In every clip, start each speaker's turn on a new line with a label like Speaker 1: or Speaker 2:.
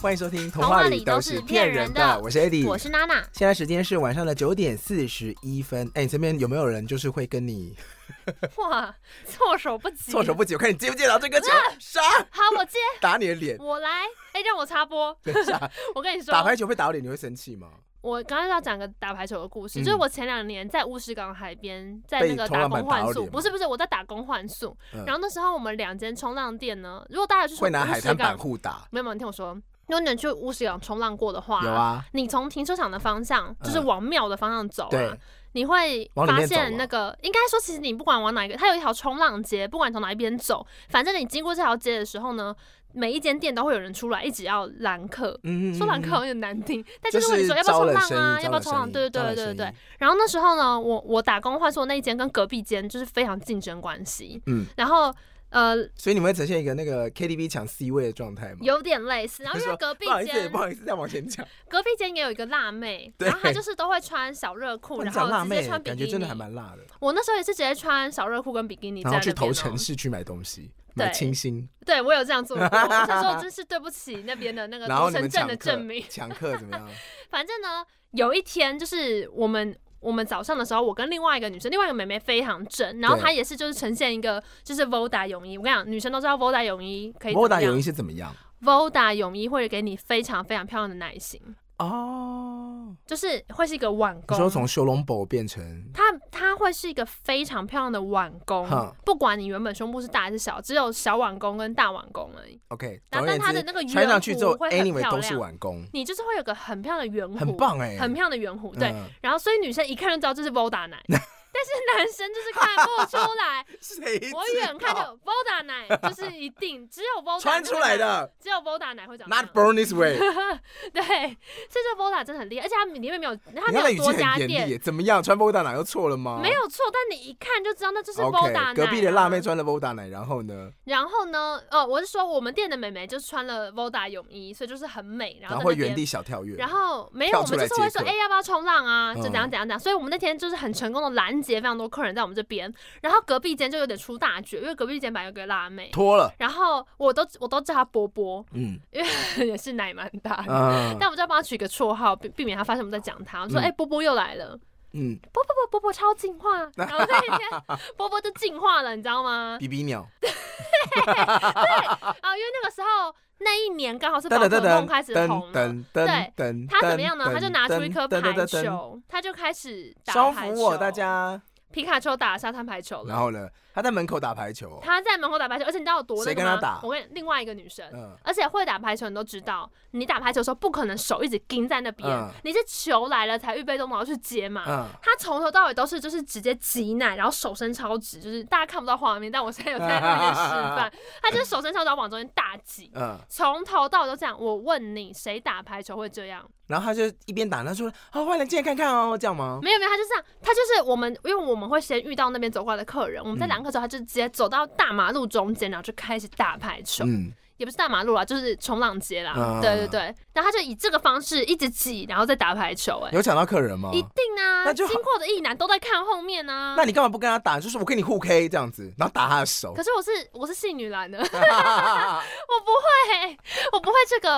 Speaker 1: 欢迎收听《
Speaker 2: 童话里都是骗人的
Speaker 1: 我是 Eddie，
Speaker 2: 我是娜娜。
Speaker 1: 现在时间是晚上的九点四十一分。哎，你身边有没有人就是会跟
Speaker 2: 哎
Speaker 1: 你
Speaker 2: 哇，措手不及，
Speaker 1: 措手不及？我看你接不接到这个 球，杀，
Speaker 2: 好，我接，
Speaker 1: 打你的脸！
Speaker 2: 我来。哎、让我插播。
Speaker 1: 等一下，
Speaker 2: 我跟你 说，
Speaker 1: 打排球会打到脸，你会生气吗？
Speaker 2: 我刚刚要讲个打排球的故事，
Speaker 1: 嗯
Speaker 2: 就是我前两年在乌石港海边，在
Speaker 1: 被
Speaker 2: 那个
Speaker 1: 冲
Speaker 2: 打
Speaker 1: 浪板
Speaker 2: 工
Speaker 1: 打到
Speaker 2: 换宿，
Speaker 1: 脸吗
Speaker 2: 不是不是，我在打工换宿。
Speaker 1: 嗯
Speaker 2: 然后那时候我们两间冲浪店呢，如果大家去
Speaker 1: 会拿
Speaker 2: 乌
Speaker 1: 海
Speaker 2: 石
Speaker 1: 滩板
Speaker 2: 港
Speaker 1: 互打？
Speaker 2: 没有没有，你听我说，如果你去乌石港冲浪过的话，
Speaker 1: 有啊，
Speaker 2: 你从停车场的方向，就是往庙的方向走、啊
Speaker 1: 嗯对，嗯
Speaker 2: 你会
Speaker 1: 往里
Speaker 2: 发
Speaker 1: 面走
Speaker 2: 现
Speaker 1: 啊
Speaker 2: 那个，应该说，其实你不管往哪一个，它有一条冲浪街，不管从哪一边走，反正你经过这条街的时候呢，每一间店都会有人出来，一直要揽客。
Speaker 1: 嗯
Speaker 2: 说揽客好像有点难听，但就是问你说要不要
Speaker 1: 招
Speaker 2: 冲
Speaker 1: 揽
Speaker 2: 浪
Speaker 1: 生
Speaker 2: 啊，
Speaker 1: 意
Speaker 2: 要不要冲浪？对对
Speaker 1: 招
Speaker 2: 对
Speaker 1: 揽
Speaker 2: 对对
Speaker 1: 生意
Speaker 2: 对。然后那时候呢，我我打工换宿的那一间跟隔壁间就是非常竞争关系，
Speaker 1: 嗯，
Speaker 2: 然后呃
Speaker 1: 所以你们会呈现一个那个 KTV 抢 C 位的状态吗？
Speaker 2: 有点类似，然后因为
Speaker 1: 说
Speaker 2: 隔壁
Speaker 1: 不好意思，
Speaker 2: 间
Speaker 1: 不好意思，再往前讲。
Speaker 2: 隔壁间也有一个辣妹，
Speaker 1: 对
Speaker 2: 然后她就是都会穿小热裤，
Speaker 1: 哇你
Speaker 2: 然
Speaker 1: 讲辣
Speaker 2: 后直接
Speaker 1: 妹，
Speaker 2: 穿比
Speaker 1: 感觉
Speaker 2: 基尼。
Speaker 1: 真的还蛮辣的。
Speaker 2: 我那时候也是直接穿小热裤跟比基尼在
Speaker 1: 然
Speaker 2: 那
Speaker 1: 后
Speaker 2: 边、
Speaker 1: 去
Speaker 2: 哦。
Speaker 1: 头城市去买东西，买
Speaker 2: 对
Speaker 1: 清新，
Speaker 2: 对我有这样做过，我想说真是对不起那边的那个
Speaker 1: 然后
Speaker 2: 头
Speaker 1: 你
Speaker 2: 城
Speaker 1: 们
Speaker 2: 镇
Speaker 1: 抢
Speaker 2: 的
Speaker 1: 客
Speaker 2: 证明，。
Speaker 1: 抢客怎么 样？
Speaker 2: 反正呢，有一天就是我们。我们早上的时候，我跟另外一个女生，另外一个妹妹非常正，然后
Speaker 1: 对
Speaker 2: 她也是就是呈现一个就是 Voda 泳衣。我跟你讲，女生都知道 Voda 泳衣可以怎么
Speaker 1: 我打
Speaker 2: 样
Speaker 1: 泳衣是怎么样？
Speaker 2: Voda 泳衣会给你非常非常漂亮的奶型，
Speaker 1: 哦，
Speaker 2: 就是会是一个挽
Speaker 1: 你
Speaker 2: 弓。
Speaker 1: 说从修龙宝变成
Speaker 2: 它它会是一个非常漂亮的挽弓
Speaker 1: 哼，
Speaker 2: 不管你原本胸部是大还是小，只有小挽弓跟大挽弓而已。
Speaker 1: OK，总
Speaker 2: 然
Speaker 1: 而
Speaker 2: 后但
Speaker 1: 言
Speaker 2: 它
Speaker 1: 之
Speaker 2: 的那个圆
Speaker 1: 穿上去之后
Speaker 2: 弧会很
Speaker 1: ，anyway
Speaker 2: 漂
Speaker 1: 都是
Speaker 2: 亮，
Speaker 1: 晚工，
Speaker 2: 你就是会有个很漂亮的圆弧，
Speaker 1: 很棒哎，
Speaker 2: 很漂亮的圆弧，对。
Speaker 1: 嗯，
Speaker 2: 然后所以女生一看就知道这是 Voda 奶，但是男生就是看不出来，
Speaker 1: 谁知道
Speaker 2: 我远看就 Voda 奶就是一定只有 Voda
Speaker 1: 哦穿出来的
Speaker 2: 只有 Voda 奶会长那
Speaker 1: ，Not
Speaker 2: 样。
Speaker 1: born this way，
Speaker 2: 对，所以这 Voda 真的很厉害，而且它里面没有它
Speaker 1: 你看
Speaker 2: 没
Speaker 1: 那
Speaker 2: 有
Speaker 1: 语
Speaker 2: 多
Speaker 1: 气
Speaker 2: 加
Speaker 1: 很严
Speaker 2: 点
Speaker 1: 厉，耶，怎么样？穿 Voda 奶又错了吗？
Speaker 2: 没有错，但你一看就知道那就是 Voda 奶啊、
Speaker 1: ，OK，隔壁的辣妹穿了 Voda 奶，然后呢，
Speaker 2: 然后呢，呃，我是说我们店的美眉就是穿了 Voda 泳衣，所以就是很美，然
Speaker 1: 然后
Speaker 2: 后在
Speaker 1: 会
Speaker 2: 那边
Speaker 1: 原地小跳跃，
Speaker 2: 然后没有，
Speaker 1: 跳
Speaker 2: 我
Speaker 1: 出
Speaker 2: 们
Speaker 1: 来
Speaker 2: 就是会
Speaker 1: 接
Speaker 2: 说，
Speaker 1: 客
Speaker 2: 哎、要不要冲浪啊？就
Speaker 1: 嗯
Speaker 2: 怎样怎样怎样。所以我们那天就是很成功的拦截非常多客人在我们这边，然后隔壁间就有点出大绝，因为隔壁间本来有个辣 妹，
Speaker 1: 脱了，
Speaker 2: 然后我都我都叫她波波，
Speaker 1: 嗯
Speaker 2: 也是奶蛮大的。
Speaker 1: 嗯
Speaker 2: 但我就要帮她取个绰号，避避免她发现我们在讲她。我说：“
Speaker 1: 嗯
Speaker 2: 哎、波波又来了，
Speaker 1: 嗯，
Speaker 2: 波波波波波超进化。”然后那一天， 波波就进化了，你知道吗？
Speaker 1: 比比鸟，
Speaker 2: 啊，因为那个时候那一年刚好是宝
Speaker 1: 噔噔
Speaker 2: 可
Speaker 1: 噔
Speaker 2: 梦
Speaker 1: 噔
Speaker 2: 开始红
Speaker 1: 噔噔
Speaker 2: 了。
Speaker 1: 噔
Speaker 2: 对
Speaker 1: 噔，
Speaker 2: 他怎么样呢？他就拿出一颗
Speaker 1: 噔噔噔
Speaker 2: 排
Speaker 1: 噔噔，
Speaker 2: 球，他就开始打
Speaker 1: 收
Speaker 2: 排
Speaker 1: 服
Speaker 2: 球。
Speaker 1: 我大！ 家。
Speaker 2: 皮卡丘打沙滩排球
Speaker 1: 然
Speaker 2: 了，
Speaker 1: 后呢，他在门口打排 球哦，
Speaker 2: 他在门口打排球，而且你知道有多那
Speaker 1: 谁
Speaker 2: 个
Speaker 1: 跟
Speaker 2: 吗？
Speaker 1: 他打
Speaker 2: 我跟另外一个女生。
Speaker 1: 嗯，
Speaker 2: 而且会打排球，你都知道，你打排球的时候不可能手一直盯在那边，
Speaker 1: 嗯
Speaker 2: 你是球来了才预备动作然后去接嘛。
Speaker 1: 嗯
Speaker 2: 他从头到尾都是就是直接挤奶，然后手伸超直，就是大家看不到画面，但我现在有在那边示 范，他就是手伸超直然后往中间大挤，
Speaker 1: 嗯，
Speaker 2: 从头到尾都这样。我问你，谁打排球会这样？
Speaker 1: 然后他就一边打，他说：“好，快来进来看看哦，这样吗
Speaker 2: 嗯没有没有，他就这样，他就是我们，因为我们会先遇到那边走过来的客人，我们在
Speaker 1: 嗯
Speaker 2: 两个之后，他就直接走到大马路中间，然后就开始打排？”球，
Speaker 1: 嗯，
Speaker 2: 也不是大马路啦，就是冲浪街啦，
Speaker 1: 啊
Speaker 2: 对对对，然后他就以这个方式一直挤，然后再打排球、哎、
Speaker 1: 有抢到客人吗？
Speaker 2: 一定啊，
Speaker 1: 哦那就好
Speaker 2: 经过的一男都在看后面啊
Speaker 1: 那。你干嘛不跟他打？就是我跟你互 K 这样子，然后打他的手
Speaker 2: 可。是我是我是性女篮的，我不会，我不会这个。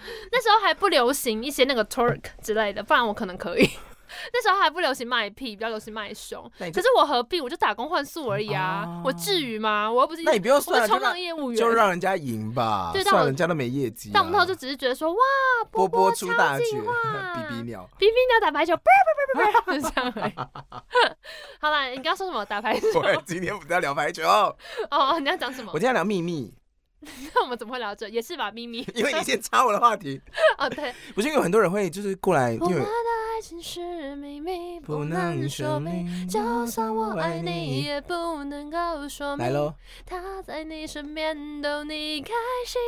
Speaker 2: 那时候还不流行一些那个 twerk 之类的，不然我可能可以。 那时候还不流行卖屁，比较流行卖胸。
Speaker 1: 那你就
Speaker 2: 可
Speaker 1: 是
Speaker 2: 我何必？我就打工换宿而已啊，
Speaker 1: 哦
Speaker 2: 我至于吗？我又不是，
Speaker 1: 那你不用
Speaker 2: 我
Speaker 1: 算了，
Speaker 2: 是
Speaker 1: 就
Speaker 2: 冲浪
Speaker 1: 让
Speaker 2: 业务员。
Speaker 1: 就让人家赢吧
Speaker 2: 对，但
Speaker 1: 算
Speaker 2: 我
Speaker 1: 人家都没业绩啊。
Speaker 2: 但我们那时候就只是觉得说，哇，
Speaker 1: 波
Speaker 2: 波
Speaker 1: 出大
Speaker 2: 超
Speaker 1: 绝，
Speaker 2: 进化
Speaker 1: 比比鸟。
Speaker 2: 冰冰要打排球， 不是不是不是不是，就这样而已。 好了，你刚刚说什么？打排球？
Speaker 1: 我 们今天不是要聊排球，
Speaker 2: 哦，你要讲什么
Speaker 1: 我今？天要聊秘密，
Speaker 2: 那我们怎么会聊这？也是吧，咪咪。
Speaker 1: 因为你先插我的话 题，
Speaker 2: 哦，对，
Speaker 1: 不是因为有很多人会就是过来，
Speaker 2: 我
Speaker 1: 因
Speaker 2: 们的
Speaker 1: 为
Speaker 2: 爱情是秘密，
Speaker 1: 不
Speaker 2: 不能
Speaker 1: 能
Speaker 2: 说
Speaker 1: 说
Speaker 2: 明。
Speaker 1: 明，
Speaker 2: 就算我爱你，。也不能够说明。
Speaker 1: 来喽，
Speaker 2: 他在你身边逗你开心。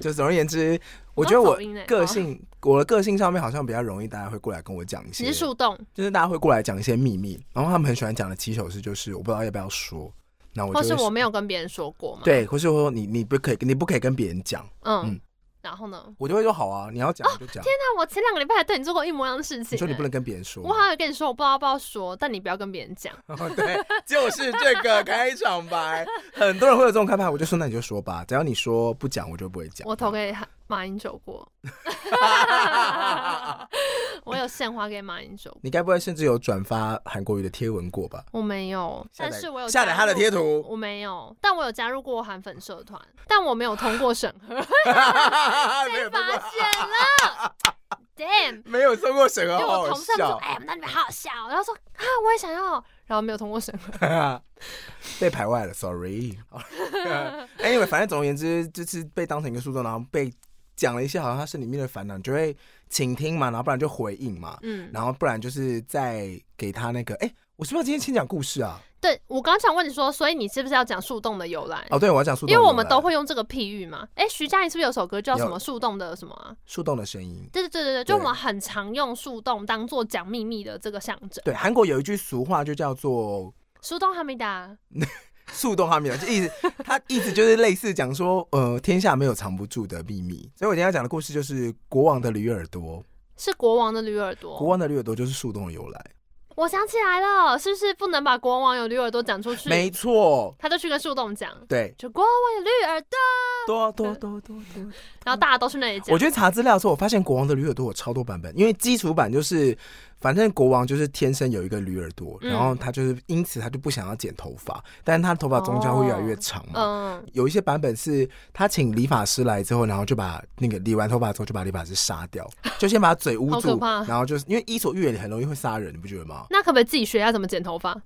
Speaker 1: 就总而言之，我
Speaker 2: 刚
Speaker 1: 觉得我
Speaker 2: 走音欸
Speaker 1: 个性我的个性上面好像比较容易，大家会过来跟我讲一些
Speaker 2: 你是，树洞，
Speaker 1: 就是大家会过来讲一些秘密。然后他们很喜欢讲的起手式就是我不知道要不要说，那我就
Speaker 2: 或
Speaker 1: 会
Speaker 2: 是
Speaker 1: 说
Speaker 2: 我没有跟别人说过嘛？，
Speaker 1: 对，或是我说你你不可以你不可以跟别人讲，
Speaker 2: 嗯
Speaker 1: 嗯。
Speaker 2: 然后呢？
Speaker 1: 我就会说好啊，你要
Speaker 2: 哦
Speaker 1: 讲你就讲，
Speaker 2: 那我前两个礼拜还对你做过一模一样的事情、
Speaker 1: 你说你不
Speaker 2: 欸
Speaker 1: 能跟别人说
Speaker 2: 我好像有跟你说，我不知道要不要说，但你不要跟别人讲。
Speaker 1: 哦， 对，就是这个开场白，很多人会有这种开场白，我就说那你就说吧，只要你说不讲，我就不会讲。
Speaker 2: 我投给哈马英九过，我有献花给马英九，
Speaker 1: 你该不会甚至有转发韩国瑜的贴文过吧？
Speaker 2: 我没有，
Speaker 1: 下载
Speaker 2: 但是我有
Speaker 1: 下载
Speaker 2: 加
Speaker 1: 他的
Speaker 2: 入
Speaker 1: 贴图
Speaker 2: 我没有，但我有加入过韩粉社团，但我没有通过审核，
Speaker 1: 没
Speaker 2: 被
Speaker 1: 有通
Speaker 2: 发
Speaker 1: 过，
Speaker 2: 现了，damn！
Speaker 1: 没有通过审核，
Speaker 2: 因为
Speaker 1: 好
Speaker 2: 我
Speaker 1: 好
Speaker 2: 同事说
Speaker 1: 笑，，
Speaker 2: 哎，那你们好好笑哦，然后说啊，我也想要，然后没有通过审核，
Speaker 1: 被排外了，sorry。anyway，反正哎总而言之，就是被当成一个树洞，然后被讲了一些好像他是里面的烦恼，你就会倾听嘛，然后不然就回应嘛，
Speaker 2: 嗯，
Speaker 1: 然后不然就是再给他那个，哎、我是不是要今天先讲故事啊？
Speaker 2: 对我刚想问你说，所以你是不是要讲树洞的由来？
Speaker 1: 哦，对，我要讲树洞的
Speaker 2: 因
Speaker 1: 由来，
Speaker 2: 为我们都会用这个譬喻嘛，哎，徐佳莹是不是有首歌叫什
Speaker 1: 有
Speaker 2: 么树洞的什么啊？
Speaker 1: 树洞的声音。
Speaker 2: 对对对对对，就
Speaker 1: 对
Speaker 2: 我们很常用树洞当做讲秘密的这个象征。
Speaker 1: 对，韩国有一句俗话就叫做
Speaker 2: 树洞哈密达，
Speaker 1: “树洞哈密达”，就意思它意思就是类似讲说，呃，天下没有藏不住的秘密。所以我今天要讲的故事就是国王的驴耳朵。
Speaker 2: 是国王的驴耳
Speaker 1: 国
Speaker 2: 朵。
Speaker 1: 王的驴耳朵就是树洞的由来，
Speaker 2: 我想起来了，是不是不能把国王有驴耳朵讲出去？
Speaker 1: 没错。
Speaker 2: 他就去跟树洞讲，
Speaker 1: 对，
Speaker 2: 就国王有驴耳朵，
Speaker 1: 多多多多多。
Speaker 2: 然后大家都去那里讲
Speaker 1: 我。去查资料的时候，我发现国王的驴耳朵有超多版本，因为基础版就是，反正国王就是天生有一个驴耳朵，
Speaker 2: 嗯
Speaker 1: 然后他就是因此他就不想要剪头发，但是他头发终究会越来越长嘛。
Speaker 2: 哦嗯，
Speaker 1: 有一些版本是他请理发师来之后，然后就把那个理完头发之后就把理发师杀掉，就先把他嘴捂
Speaker 2: 好可
Speaker 1: 住，
Speaker 2: 怕
Speaker 1: 然后就是因为伊索寓言很容易会杀人，你不觉得吗？
Speaker 2: 那可不可以自己学一下怎么剪头发？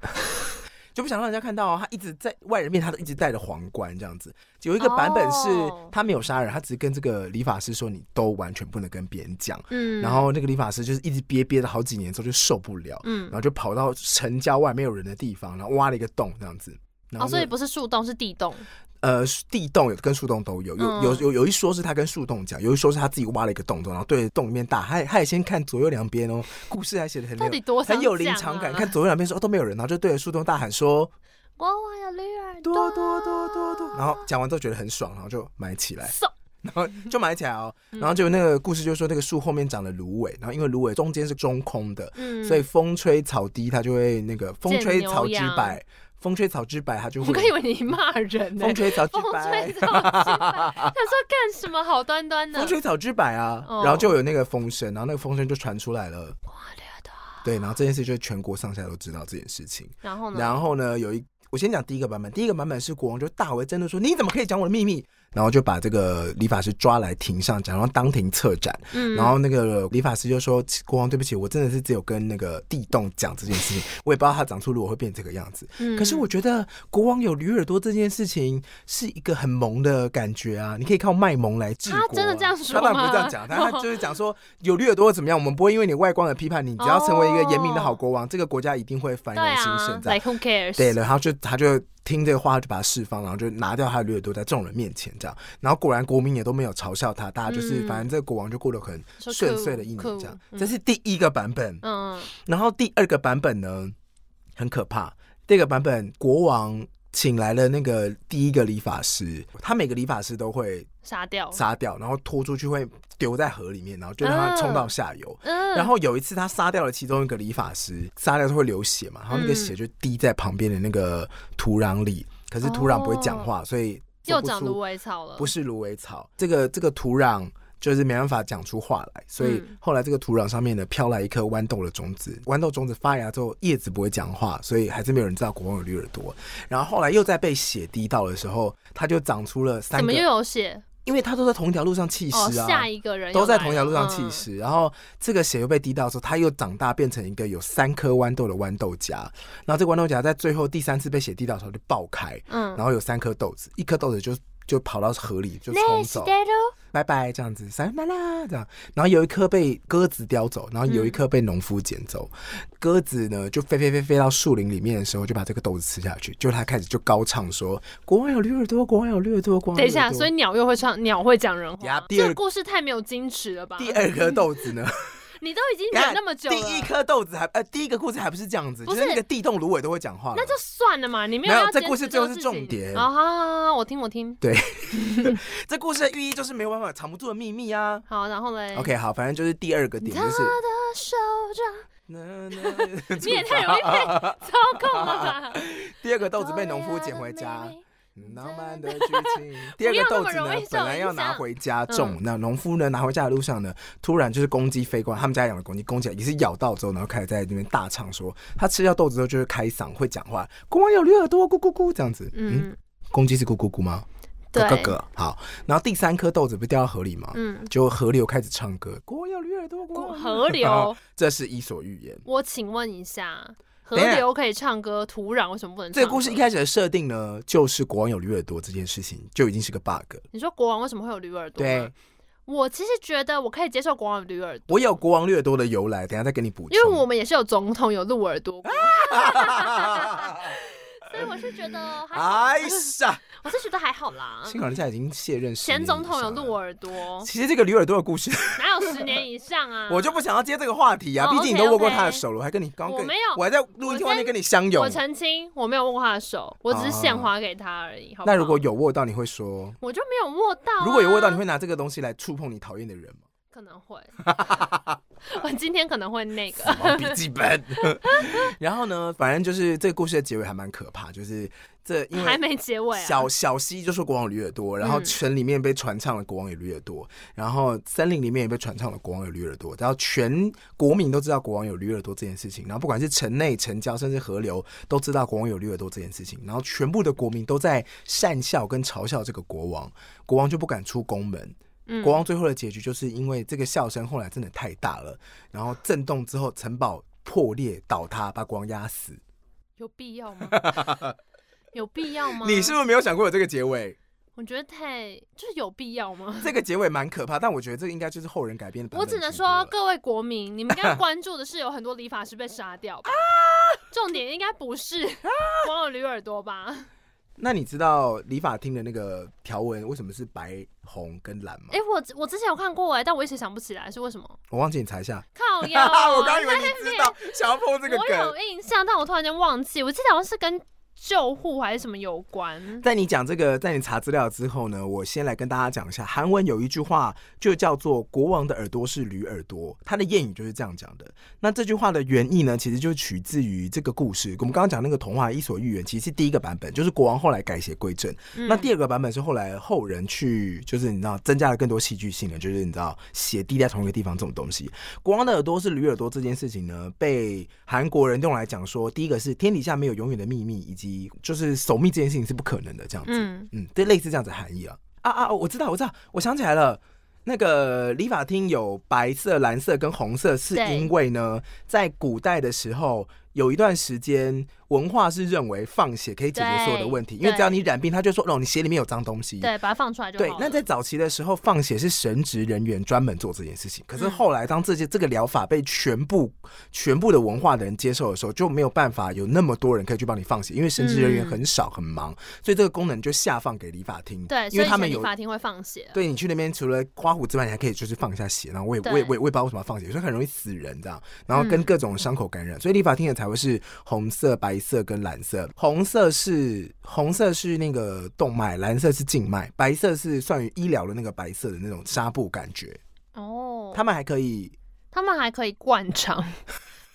Speaker 1: 就不想让人家看到、啊、他一直在外人面，他都一直戴着皇冠这样子。有一个版本是
Speaker 2: 哦
Speaker 1: 他没有杀人，他只是跟这个理发师说你都完全不能跟别人讲，
Speaker 2: 嗯，
Speaker 1: 然后那个理发师就是一直憋憋了好几年之后就受不了，
Speaker 2: 嗯
Speaker 1: 然，后就跑到城郊外没有人的地方，然后挖了一个洞这样子。然
Speaker 2: 哦，
Speaker 1: 后
Speaker 2: 所
Speaker 1: 那
Speaker 2: 以
Speaker 1: 个
Speaker 2: 不是树洞是地洞。
Speaker 1: 呃，地洞有跟树洞都有，有有
Speaker 2: 嗯
Speaker 1: 有有一说是他跟树洞讲，有一说是他自己挖了一个洞洞，然后对着洞里面打，他也他也先看左右两边哦，故事还写的很
Speaker 2: 到
Speaker 1: 有
Speaker 2: 底多想
Speaker 1: 很有临
Speaker 2: 讲
Speaker 1: 场感，
Speaker 2: 啊
Speaker 1: 看左右两边说、哦、都没有人，然后就对着树洞大喊说
Speaker 2: 国王有驴耳朵，
Speaker 1: 多多
Speaker 2: 啊
Speaker 1: 多多多，然后讲完之后觉得很爽，然后就埋起 来，
Speaker 2: 送
Speaker 1: 然后就埋起来哦，
Speaker 2: 嗯
Speaker 1: 然后就那个故事就说那个树后面长了芦苇，然后因为芦苇中间是中空的，
Speaker 2: 嗯，
Speaker 1: 所以风吹草低，它就会那个风
Speaker 2: 见
Speaker 1: 吹
Speaker 2: 牛
Speaker 1: 草之
Speaker 2: 羊
Speaker 1: 百，风吹草之百，它就
Speaker 2: 我刚以
Speaker 1: 会
Speaker 2: 为你骂人呢、
Speaker 1: 风 吹草之
Speaker 2: 风
Speaker 1: 百
Speaker 2: 吹。草之 百，他说干什么好端端的？
Speaker 1: 风吹草之百啊，
Speaker 2: 哦
Speaker 1: 然后就有那个风声，然后那个风声就传出来了。
Speaker 2: 哇驴耳朵
Speaker 1: 对，然后这件事就全国上下都知道这件事情。
Speaker 2: 然后呢？
Speaker 1: 然后呢，有一我先讲第一个版本，第一个版本是国王就大为真的说：“你怎么可以讲我的秘密？”然后就把这个理发师抓来庭上讲，然后当庭策斩。
Speaker 2: 嗯
Speaker 1: 然后那个理发师就说：“国王，对不起，我真的是只有跟那个地洞讲这件事情，我也不知道他长出如果会变这个样子。
Speaker 2: 嗯
Speaker 1: 可是我觉得国王有驴耳朵这件事情是一个很萌的感觉啊！你可以靠卖萌来治国啊、
Speaker 2: 他真的这样说
Speaker 1: 他当然不
Speaker 2: 吗
Speaker 1: 是这样讲，但他就是讲说有驴耳朵怎么样，我们不会因为你外观而批判你，只要成为一个严明的好国王，这个国家一定会繁
Speaker 2: 对
Speaker 1: 荣兴
Speaker 2: 啊
Speaker 1: 盛在。
Speaker 2: ，like who cares？
Speaker 1: 对，然后就他就听这个话，就把他释放，然后就拿掉他的掠夺在众人面前这样。然后果然国民也都没有嘲笑他，大家就是、
Speaker 2: 嗯
Speaker 1: 反正这个国王就过得很
Speaker 2: 说
Speaker 1: 顺
Speaker 2: cool，
Speaker 1: 遂的一年这样
Speaker 2: cool，。嗯
Speaker 1: 这是第一个版本，
Speaker 2: 嗯，
Speaker 1: 然后第二个版本呢很可怕。第二个版本国王请来了那个第一个理发师，他每个理发师都会
Speaker 2: 杀掉，
Speaker 1: 杀掉，然后拖出去会丢在河里面，然后就让他冲到下游。
Speaker 2: 嗯，
Speaker 1: 然后有一次，他杀掉了其中一个理发师，杀掉是会流血嘛，然后那个
Speaker 2: 嗯
Speaker 1: 血就滴在旁边的那个土壤里，可是土壤不会讲话，所以
Speaker 2: 哦又
Speaker 1: 做不
Speaker 2: 长
Speaker 1: 出
Speaker 2: 芦苇草了，
Speaker 1: 不是芦苇草，这个这个土壤就是没办法讲出话来，所以
Speaker 2: 嗯
Speaker 1: 后来这个土壤上面呢飘来一颗豌豆的种子，豌豆种子发芽之后叶子不会讲话，所以还是没有人知道国王有驴耳朵。然后后来又在被血滴到的时候，它就长出了三
Speaker 2: 怎么
Speaker 1: 个
Speaker 2: 又，有血？
Speaker 1: 因为它都在同一条路上弃
Speaker 2: 哦，
Speaker 1: 尸啊，
Speaker 2: 下一个人又
Speaker 1: 都在
Speaker 2: 来
Speaker 1: 同一条路
Speaker 2: 了嗯
Speaker 1: 上弃。尸，然后这个血又被滴到的时候，它又长大变成一个有三颗豌豆的豌豆荚，然后这个豌豆荚在最后第三次被血滴到的时候就爆开，
Speaker 2: 嗯，
Speaker 1: 然后有三颗豆子，一颗豆子就就跑到河里就冲
Speaker 2: 那
Speaker 1: 走
Speaker 2: 是，的喽，
Speaker 1: 拜拜这样子，撒啦啦这样。然后有一颗被鸽子叼走，然后
Speaker 2: 嗯
Speaker 1: 有一颗被农夫捡走。鸽子呢就飞飞飞飞到树林里面的时候，就把这个豆子吃下去。就它开始就高唱说：“国王有驴耳朵，国王有驴耳朵，国王有
Speaker 2: 等一
Speaker 1: 驴耳
Speaker 2: 下，
Speaker 1: 朵。”
Speaker 2: 所以鸟又会唱，鸟会讲人
Speaker 1: 嗯呀
Speaker 2: 话。
Speaker 1: 第二
Speaker 2: 这个故事太没有矜持了吧？
Speaker 1: 第二颗豆子呢？
Speaker 2: 你都已经忍那么久
Speaker 1: 第一
Speaker 2: 了，
Speaker 1: 颗豆子还呃，第一个故事还不是这样子，
Speaker 2: 不
Speaker 1: 就是是那个地洞芦苇都会讲话了。
Speaker 2: 那就算了嘛。你没
Speaker 1: 没有
Speaker 2: 要
Speaker 1: 这
Speaker 2: 坚
Speaker 1: 故
Speaker 2: 持
Speaker 1: 事最后
Speaker 2: 个
Speaker 1: 是
Speaker 2: 事
Speaker 1: 重
Speaker 2: 情
Speaker 1: 点
Speaker 2: 啊！好好好我听我听。
Speaker 1: 对，这故事的寓意就是没有办法藏不住的秘密啊。
Speaker 2: 好，然后嘞
Speaker 1: OK，好，反正就是第二个点就是，
Speaker 2: 的手掌，
Speaker 1: 你
Speaker 2: 你也太容 易被操控了吧？
Speaker 1: 第二个豆子被农夫捡回家，嗯浪漫的剧 情。第二个豆子
Speaker 2: 不要那么
Speaker 1: 呢
Speaker 2: 容易，受
Speaker 1: 本来要
Speaker 2: 影响
Speaker 1: 拿回家
Speaker 2: 嗯
Speaker 1: 种，那农夫呢拿回家的路上呢，突然就是公鸡飞过来，他们家养的公鸡，公鸡也是咬到之后，然后开始在那边大唱说，他吃掉豆子之后就会开嗓，会讲话，国王有驴耳朵，咕咕咕这样子。嗯，
Speaker 2: 嗯，
Speaker 1: 公鸡是咕咕咕吗？
Speaker 2: 对，
Speaker 1: 咯咯咯。好，然后第三颗豆子不是掉到河里吗？
Speaker 2: 嗯，
Speaker 1: 就河流开始唱歌，国王有驴耳朵，国王有驴耳朵
Speaker 2: 河流，
Speaker 1: 这是《伊索寓言》。
Speaker 2: 我请问一下，河
Speaker 1: 等一下
Speaker 2: 流可以唱歌，土壤为什么不能唱歌？
Speaker 1: 这个故事一开始的设定呢，就是国王有驴耳朵这件事情就已经是个 bug 了。
Speaker 2: 你说国王为什么会有驴耳朵？
Speaker 1: 对，
Speaker 2: 我其实觉得我可以接受国王有驴耳朵，
Speaker 1: 我有国王掠多的由来，等一下再给你补充。
Speaker 2: 因为 我们也是有总统有鹿耳朵， 所以我是觉得还好，
Speaker 1: 哎呀，
Speaker 2: 我是觉得还好啦。
Speaker 1: 幸好人家已经卸任十年
Speaker 2: 前
Speaker 1: 以上
Speaker 2: 总
Speaker 1: 了
Speaker 2: 统有哦鹿。耳朵，
Speaker 1: 其实这个驴耳朵的故事，？
Speaker 2: 哪有十年以上啊
Speaker 1: 我就不想要接这个话题啊，
Speaker 2: 哦
Speaker 1: 毕竟你
Speaker 2: OK，
Speaker 1: 都握过
Speaker 2: OK
Speaker 1: 他的手了，我还跟你刚跟
Speaker 2: 我没有
Speaker 1: 我还在录音厅外面跟你相拥
Speaker 2: 我。澄清，我没有握他的手，我只是献花给他而已。好不好
Speaker 1: 啊那如果有握到，你会说？
Speaker 2: 我就没有握到啊、
Speaker 1: 如果有握到，你会拿这个东西来触碰你讨厌的人 吗？
Speaker 2: 可 能会，我今天可能会那个。
Speaker 1: 死亡笔记本。 然后呢，反正就是这个故事的结尾还蛮可怕，就是这因
Speaker 2: 还
Speaker 1: 为
Speaker 2: 没结尾啊！
Speaker 1: 小小溪就说国王有驴耳朵，然后
Speaker 2: 嗯
Speaker 1: 城里面被传唱了国王有驴耳朵，然后森林里面也被传唱了国王有驴耳朵，然后全国民都知道国王有驴耳朵这件事情，然后不管是城内、城郊，甚至河流都知道国王有驴耳朵这件事情，然后全部的国民都在讪笑跟嘲笑这个国王，国王就不敢出宫门。
Speaker 2: 嗯
Speaker 1: 国王最后的结局就是因为这个笑声后来真的太大了，然后震动之后城堡破裂倒塌，把国王压死。
Speaker 2: 有必要 吗？有必要吗？
Speaker 1: 你是不是没有想过有这个结尾？
Speaker 2: 我觉得太就是有必要吗？
Speaker 1: 这个结尾蛮可怕，但我觉得这个应该就是后人改编的版
Speaker 2: 我
Speaker 1: 本
Speaker 2: 只能
Speaker 1: 居多了
Speaker 2: 说，各位国民，你 们应该关注的是有很多理发师被杀掉吧？重点应该 不是光有驴耳朵吧？
Speaker 1: 那你知道理发厅的那个条纹为什么是白、红跟蓝吗？
Speaker 2: 哎、我我之前 有看过哎、但我一时想不起来是为什么。
Speaker 1: 我忘记你查一下。
Speaker 2: 靠腰，啊
Speaker 1: 我刚以为你知道，想要碰这个
Speaker 2: 我
Speaker 1: 梗
Speaker 2: 有。印象，但我突然间忘记，我记得好像是跟救护还是什么有关。
Speaker 1: 在你讲这个，在你查资料之后呢，我先来跟大家讲一下，韩文有一句话就叫做“国王的耳朵是驴耳朵”，它的谚语就是这样讲的。那这句话的原意呢，其实就取自于这个故事。我们刚刚讲那个童话《伊索寓言》，其实是第一个版本，就是国王后来改邪归正。
Speaker 2: 嗯
Speaker 1: 那第二个版本是后来后人去，就是你知道增加了更多戏剧性的，就是你知道写地在同一个地方这种东西。国王的耳朵是驴耳朵这件事情呢，被韩国人用来讲说，第一个是天底下没有永远的秘密，以及就是守密这件事情是不可能的这样子。
Speaker 2: 嗯
Speaker 1: 嗯，对，类似这样子的含义啊。啊啊，我知道，我知道，我想起来了。那个理发厅有白色、蓝色跟红色，是
Speaker 2: 对
Speaker 1: 因为呢，在古代的时候，有一段时间文化是认为放血可以解决所有的问题，
Speaker 2: 对
Speaker 1: 因为只要你染病，他就说哦，你血里面有脏东西。
Speaker 2: 对，把它放出来就好
Speaker 1: 对
Speaker 2: 了。，
Speaker 1: 那在早期的时候，放血是神职人员专门做这件
Speaker 2: 嗯
Speaker 1: 事情。可是后来，当这些这个疗法被全部、全部的文化的人接受的时候，就没有办法有那么多人可以去帮你放血，因为神职人员
Speaker 2: 嗯
Speaker 1: 很少、很忙，所以这个功能就下放给理发厅。
Speaker 2: 对，
Speaker 1: 因为他
Speaker 2: 所以以前
Speaker 1: 们
Speaker 2: 理
Speaker 1: 有
Speaker 2: 发厅会放血。
Speaker 1: 对你去那边除了刮胡之外，你还可以就是放一下血，然后我也
Speaker 2: 对嗯
Speaker 1: 我也我也我也不知道为什么要放血，所以很容易死人这样，然后跟各种伤口感染，所以理发厅的才会是红色、白色跟蓝色。红色是红色是那个动脉，蓝色是静脉，白色是算于医疗的那个白色的那种纱布感觉。
Speaker 2: 哦，
Speaker 1: 他们还可以
Speaker 2: 他们还可以 灌肠、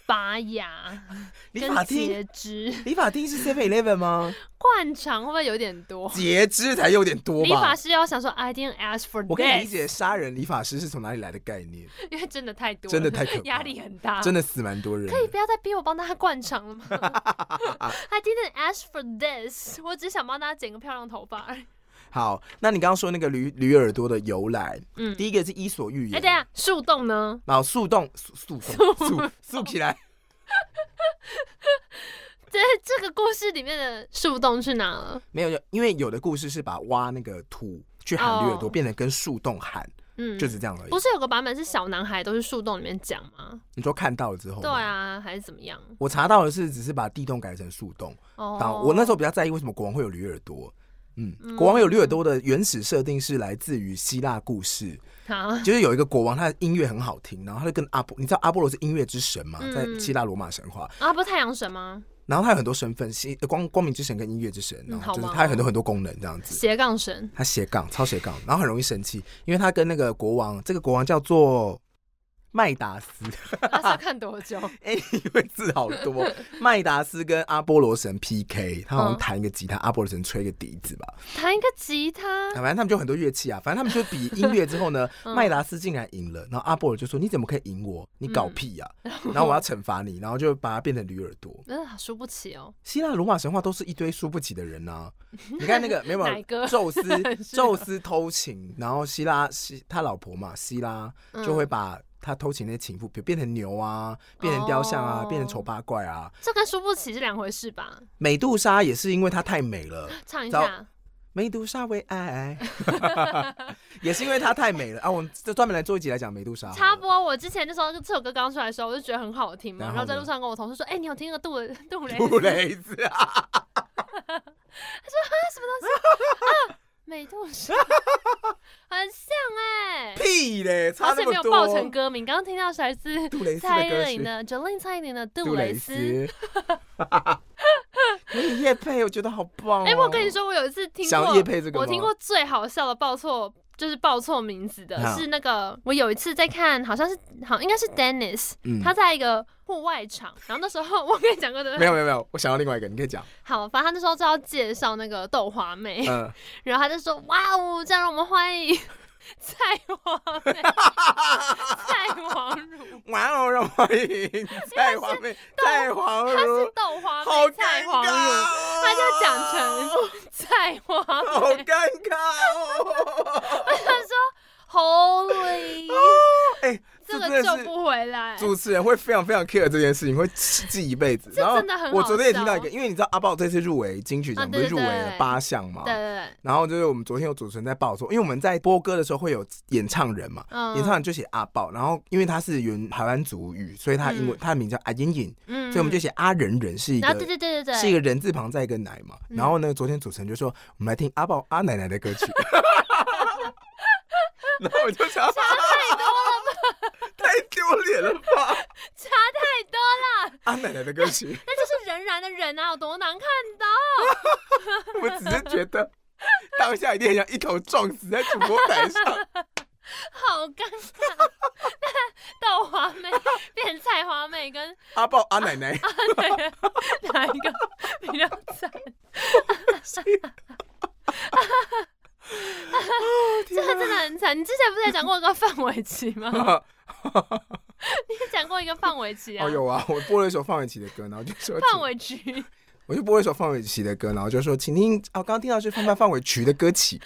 Speaker 2: 拔牙、
Speaker 1: 理发
Speaker 2: 跟
Speaker 1: 厅，
Speaker 2: 截肢。
Speaker 1: 理发厅是 Seven Eleven 吗？
Speaker 2: 灌肠会不会有点多？
Speaker 1: 截肢才有点多
Speaker 2: 理发
Speaker 1: 吧。
Speaker 2: 师要想说，I didn't ask for
Speaker 1: 我可以理
Speaker 2: this，
Speaker 1: 解杀人理发师是从哪里来的概念，
Speaker 2: 因为真的太多了，
Speaker 1: 真的太可怕
Speaker 2: 压力很大，
Speaker 1: 真
Speaker 2: 的。
Speaker 1: 的死蛮多人的。
Speaker 2: 可以不要再逼我帮大家灌 肠了吗？I didn't ask for this，我只想帮大家剪个漂亮头发而已。
Speaker 1: 好，那你刚刚说那个驴驴耳朵的由来，
Speaker 2: 嗯
Speaker 1: 第一个是《伊索寓言》
Speaker 2: 哎，等一下，树洞呢？
Speaker 1: 然后速冻速速冻速速起来，
Speaker 2: 在这个故事里面的树洞去哪了？
Speaker 1: 没有，因为有的故事是把挖那个土去喊驴耳朵，
Speaker 2: 哦
Speaker 1: 变成跟树洞喊，
Speaker 2: 嗯，
Speaker 1: 就是这样而已
Speaker 2: 不。是有个版本是小男孩都是树洞里面讲吗？
Speaker 1: 你说看到了之后，
Speaker 2: 对，啊，还是怎么样？
Speaker 1: 我查到的是只是把地洞改成树洞，
Speaker 2: 哦
Speaker 1: 当我那时候比较在意为什么国王会有驴耳朵。嗯，国王有驴耳朵的原始设定是来自于希腊故事，
Speaker 2: 好，
Speaker 1: 就是有一个国王，他的音乐很好听，然后他就跟阿波，你知道阿波罗是音乐之神嘛，
Speaker 2: 嗯
Speaker 1: 在希腊罗马神话，
Speaker 2: 啊，不是太阳神吗？
Speaker 1: 然后他有很多身份，西光光明之神跟音乐之神，然后
Speaker 2: 好
Speaker 1: 就是
Speaker 2: 忙
Speaker 1: 他有
Speaker 2: 哦
Speaker 1: 很多很多功能这样子。
Speaker 2: 斜 杠神，
Speaker 1: 他斜杠，超斜杠，然后很容易生气，因为他跟那个国王，这个国王叫做麦达斯，
Speaker 2: 他是要看多久？
Speaker 1: 哎、因为字好 多，麦达斯跟阿波罗神 PK，他好
Speaker 2: 嗯
Speaker 1: 像弹一个吉他，阿波罗神吹一个笛子吧，
Speaker 2: 弹一个吉他
Speaker 1: 啊，反正他们就很多乐器啊，反正他们就比音乐之后 呢，
Speaker 2: 嗯
Speaker 1: 麦达斯竟然赢了，然后阿波罗就说你怎么可以赢我？你搞屁呀、然后我要惩罚你，然后就把他变成驴耳朵。
Speaker 2: 嗯，输不起哦。
Speaker 1: 希腊罗马神话都是一堆输不起的人 呐、你看那个没有
Speaker 2: 哪一个
Speaker 1: 宙斯
Speaker 2: 是，
Speaker 1: 宙斯偷情，然后希拉希他老婆嘛，希拉
Speaker 2: 嗯
Speaker 1: 就会把他偷情那些情妇，比如变成牛啊，变成雕像啊，
Speaker 2: 哦
Speaker 1: 变成丑八怪啊。
Speaker 2: 这跟输不起是两回事吧？
Speaker 1: 美杜莎也是因为她太美了，
Speaker 2: 唱一
Speaker 1: 糟
Speaker 2: 下，
Speaker 1: 美杜莎为 爱，也是因为她太美了啊。我们就专门来做一集来讲美杜莎好了。
Speaker 2: 插播。我之前那时候这首歌刚出来的时候，我就觉得很好听嘛，
Speaker 1: 然后
Speaker 2: 然
Speaker 1: 呢
Speaker 2: 后在路上跟我同事说：“哎、你有听那个杜蕾 杜蕾
Speaker 1: 杜蕾子啊，
Speaker 2: 美杜 莎》？很像哎、
Speaker 1: 屁嘞，差
Speaker 2: 而
Speaker 1: 那
Speaker 2: 且没
Speaker 1: 么
Speaker 2: 有
Speaker 1: 多。
Speaker 2: 报成歌名，刚刚听到是来自
Speaker 1: 杜蕾斯
Speaker 2: 蔡依
Speaker 1: 的歌
Speaker 2: 林
Speaker 1: 曲。
Speaker 2: 的 Jolin 蔡依林的《杜
Speaker 1: 杜
Speaker 2: 蕾
Speaker 1: 蕾
Speaker 2: 斯》。
Speaker 1: 斯。 可以夜配，我觉得好棒、哦。
Speaker 2: 哎、我跟你，说，我有一次听
Speaker 1: 想
Speaker 2: 过，
Speaker 1: 要业配这个吗
Speaker 2: 我听过最好笑的报错，就是报错名字的，
Speaker 1: 啊
Speaker 2: 是那个我有一次在看，好像是好应该是 Dennis，、
Speaker 1: 嗯
Speaker 2: 他在一个户外场，然后那时候 我跟你讲过的，
Speaker 1: 没有没有没有，我想到另外一个，你可以 讲。
Speaker 2: 好，反正他那时候就要介绍那个豆花妹，
Speaker 1: 嗯，
Speaker 2: 然后他就说：“哇哦，这样让我们欢迎 蔡王妹，蔡 王乳，
Speaker 1: 玩偶哦让欢迎蔡黄妹，蔡黄
Speaker 2: 她是
Speaker 1: 如，
Speaker 2: 豆花
Speaker 1: 哎好尴
Speaker 2: 妹，蔡
Speaker 1: 尬
Speaker 2: 王乳。”
Speaker 1: 哦，
Speaker 2: 他就讲 成蔡王
Speaker 1: 好
Speaker 2: 妹，
Speaker 1: 尴尬 哦。
Speaker 2: Holy，
Speaker 1: 哎，
Speaker 2: 这
Speaker 1: 真的
Speaker 2: 个
Speaker 1: 是
Speaker 2: 救不回来。
Speaker 1: 主持人会非常非常 care 这件事情，会记一辈子。
Speaker 2: 这
Speaker 1: 然后
Speaker 2: 真的很好
Speaker 1: 我昨天也听到一个，
Speaker 2: 笑
Speaker 1: 因为你知道阿豹这次入围金曲
Speaker 2: 啊
Speaker 1: 奖不
Speaker 2: 对
Speaker 1: 是入围
Speaker 2: 对
Speaker 1: 了
Speaker 2: 对
Speaker 1: 八项嘛？
Speaker 2: 对对对，
Speaker 1: 然后就是我们昨天有主持人在报说，因为我们在播歌的时候会有演唱人嘛，
Speaker 2: 嗯
Speaker 1: 演唱人就写阿豹，然后因为他是原台湾族语，所以他英文、
Speaker 2: 嗯
Speaker 1: 他的名叫阿隐隐，
Speaker 2: 嗯，
Speaker 1: 所以我们就写阿仁仁是一
Speaker 2: 然后对
Speaker 1: 个。
Speaker 2: 对对嗯对对，
Speaker 1: 是一个人字旁再一个奶嘛，然后呢，昨天主持人就说我们来听阿豹阿奶奶的歌曲， 然后我就想太多了吧，太丢脸了吧，
Speaker 2: 差太多了，
Speaker 1: 阿奶奶的歌曲，
Speaker 2: 那就是仍然的人啊，有多难看的？
Speaker 1: 我只是觉得当下一定很想一头撞死在主播台上，
Speaker 2: 好尴尬。 但豆花妹 变菜花妹跟
Speaker 1: 阿豹阿奶 奶。
Speaker 2: 哪一个 比较 惨？这个真的很惨。你之前不是也讲过一个范玮琪 吗？你也讲过一个范玮琪啊
Speaker 1: 哦，，有啊，我播了一首范玮琪的歌，然后就说
Speaker 2: 范
Speaker 1: 请
Speaker 2: 玮琪。
Speaker 1: 我就播了一首范玮琪的歌，然后就说，请听，哦，刚刚听到是范范范玮琪的歌 曲，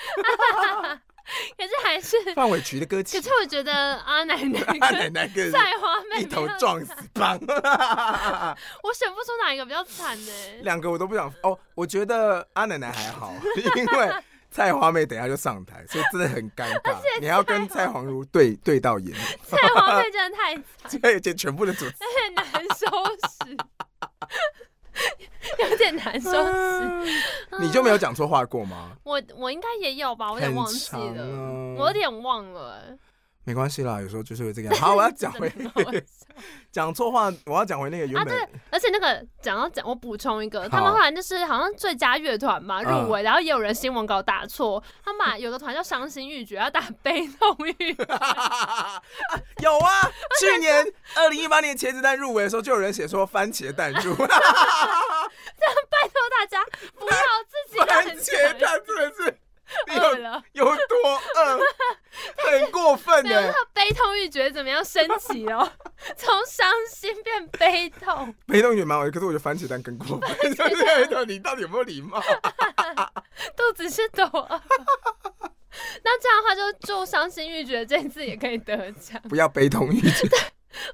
Speaker 2: 可是还是，
Speaker 1: 范玮琪的歌曲
Speaker 2: 可是，我觉得阿奶奶
Speaker 1: 他
Speaker 2: 跟
Speaker 1: 啊奶奶跟
Speaker 2: 菜花妹
Speaker 1: 一
Speaker 2: 比
Speaker 1: 头
Speaker 2: 较
Speaker 1: 撞死
Speaker 2: 惨，
Speaker 1: 棒，
Speaker 2: 我选不出哪一个比较惨呢、
Speaker 1: 两个我都不想哦，我觉得阿奶奶还好， 因为。菜花妹等一下就上台，所以真的很尴 尬。你还要跟蔡黄如对对到眼，
Speaker 2: 菜花妹真的太 惨，
Speaker 1: 而且全部的主持
Speaker 2: 有点难收拾，有点难 收拾。
Speaker 1: 你就没有讲错话过吗？
Speaker 2: 我我应该也有吧，我有点忘记
Speaker 1: 很
Speaker 2: 了，
Speaker 1: 长啊
Speaker 2: 我有点忘了、
Speaker 1: 没关系啦，有时候就是会这个样。好，我要讲
Speaker 2: 真的
Speaker 1: 回
Speaker 2: 很好笑
Speaker 1: 讲错话，我要讲回那个原
Speaker 2: 啊，
Speaker 1: 本、
Speaker 2: 对，而且那个讲到讲，我补充一个，
Speaker 1: 好嗯
Speaker 2: 他们后来就是好像最佳乐团嘛入围，然后也有人新闻稿打错，他们把有个团叫伤心欲绝，要打悲痛欲绝，
Speaker 1: 啊有啊，去年二零一八年茄子蛋入围的时候，就有人写说番茄蛋 入
Speaker 2: 拜托大家不要 自己
Speaker 1: 番
Speaker 2: 很
Speaker 1: 茄蛋真的是你
Speaker 2: 饿
Speaker 1: 有
Speaker 2: 了。
Speaker 1: 有多饿，很过分欸
Speaker 2: 没有，那
Speaker 1: 呢。
Speaker 2: 个 悲痛欲觉怎么样升级哦？从伤心变悲痛，
Speaker 1: 梅动也蛮好的，可是我觉得番茄蛋更过分。 就是你到底有没有礼貌？
Speaker 2: 肚子是抖 啊。那这样的话，就祝伤心欲绝这次也可以得奖。
Speaker 1: 不要悲痛欲绝，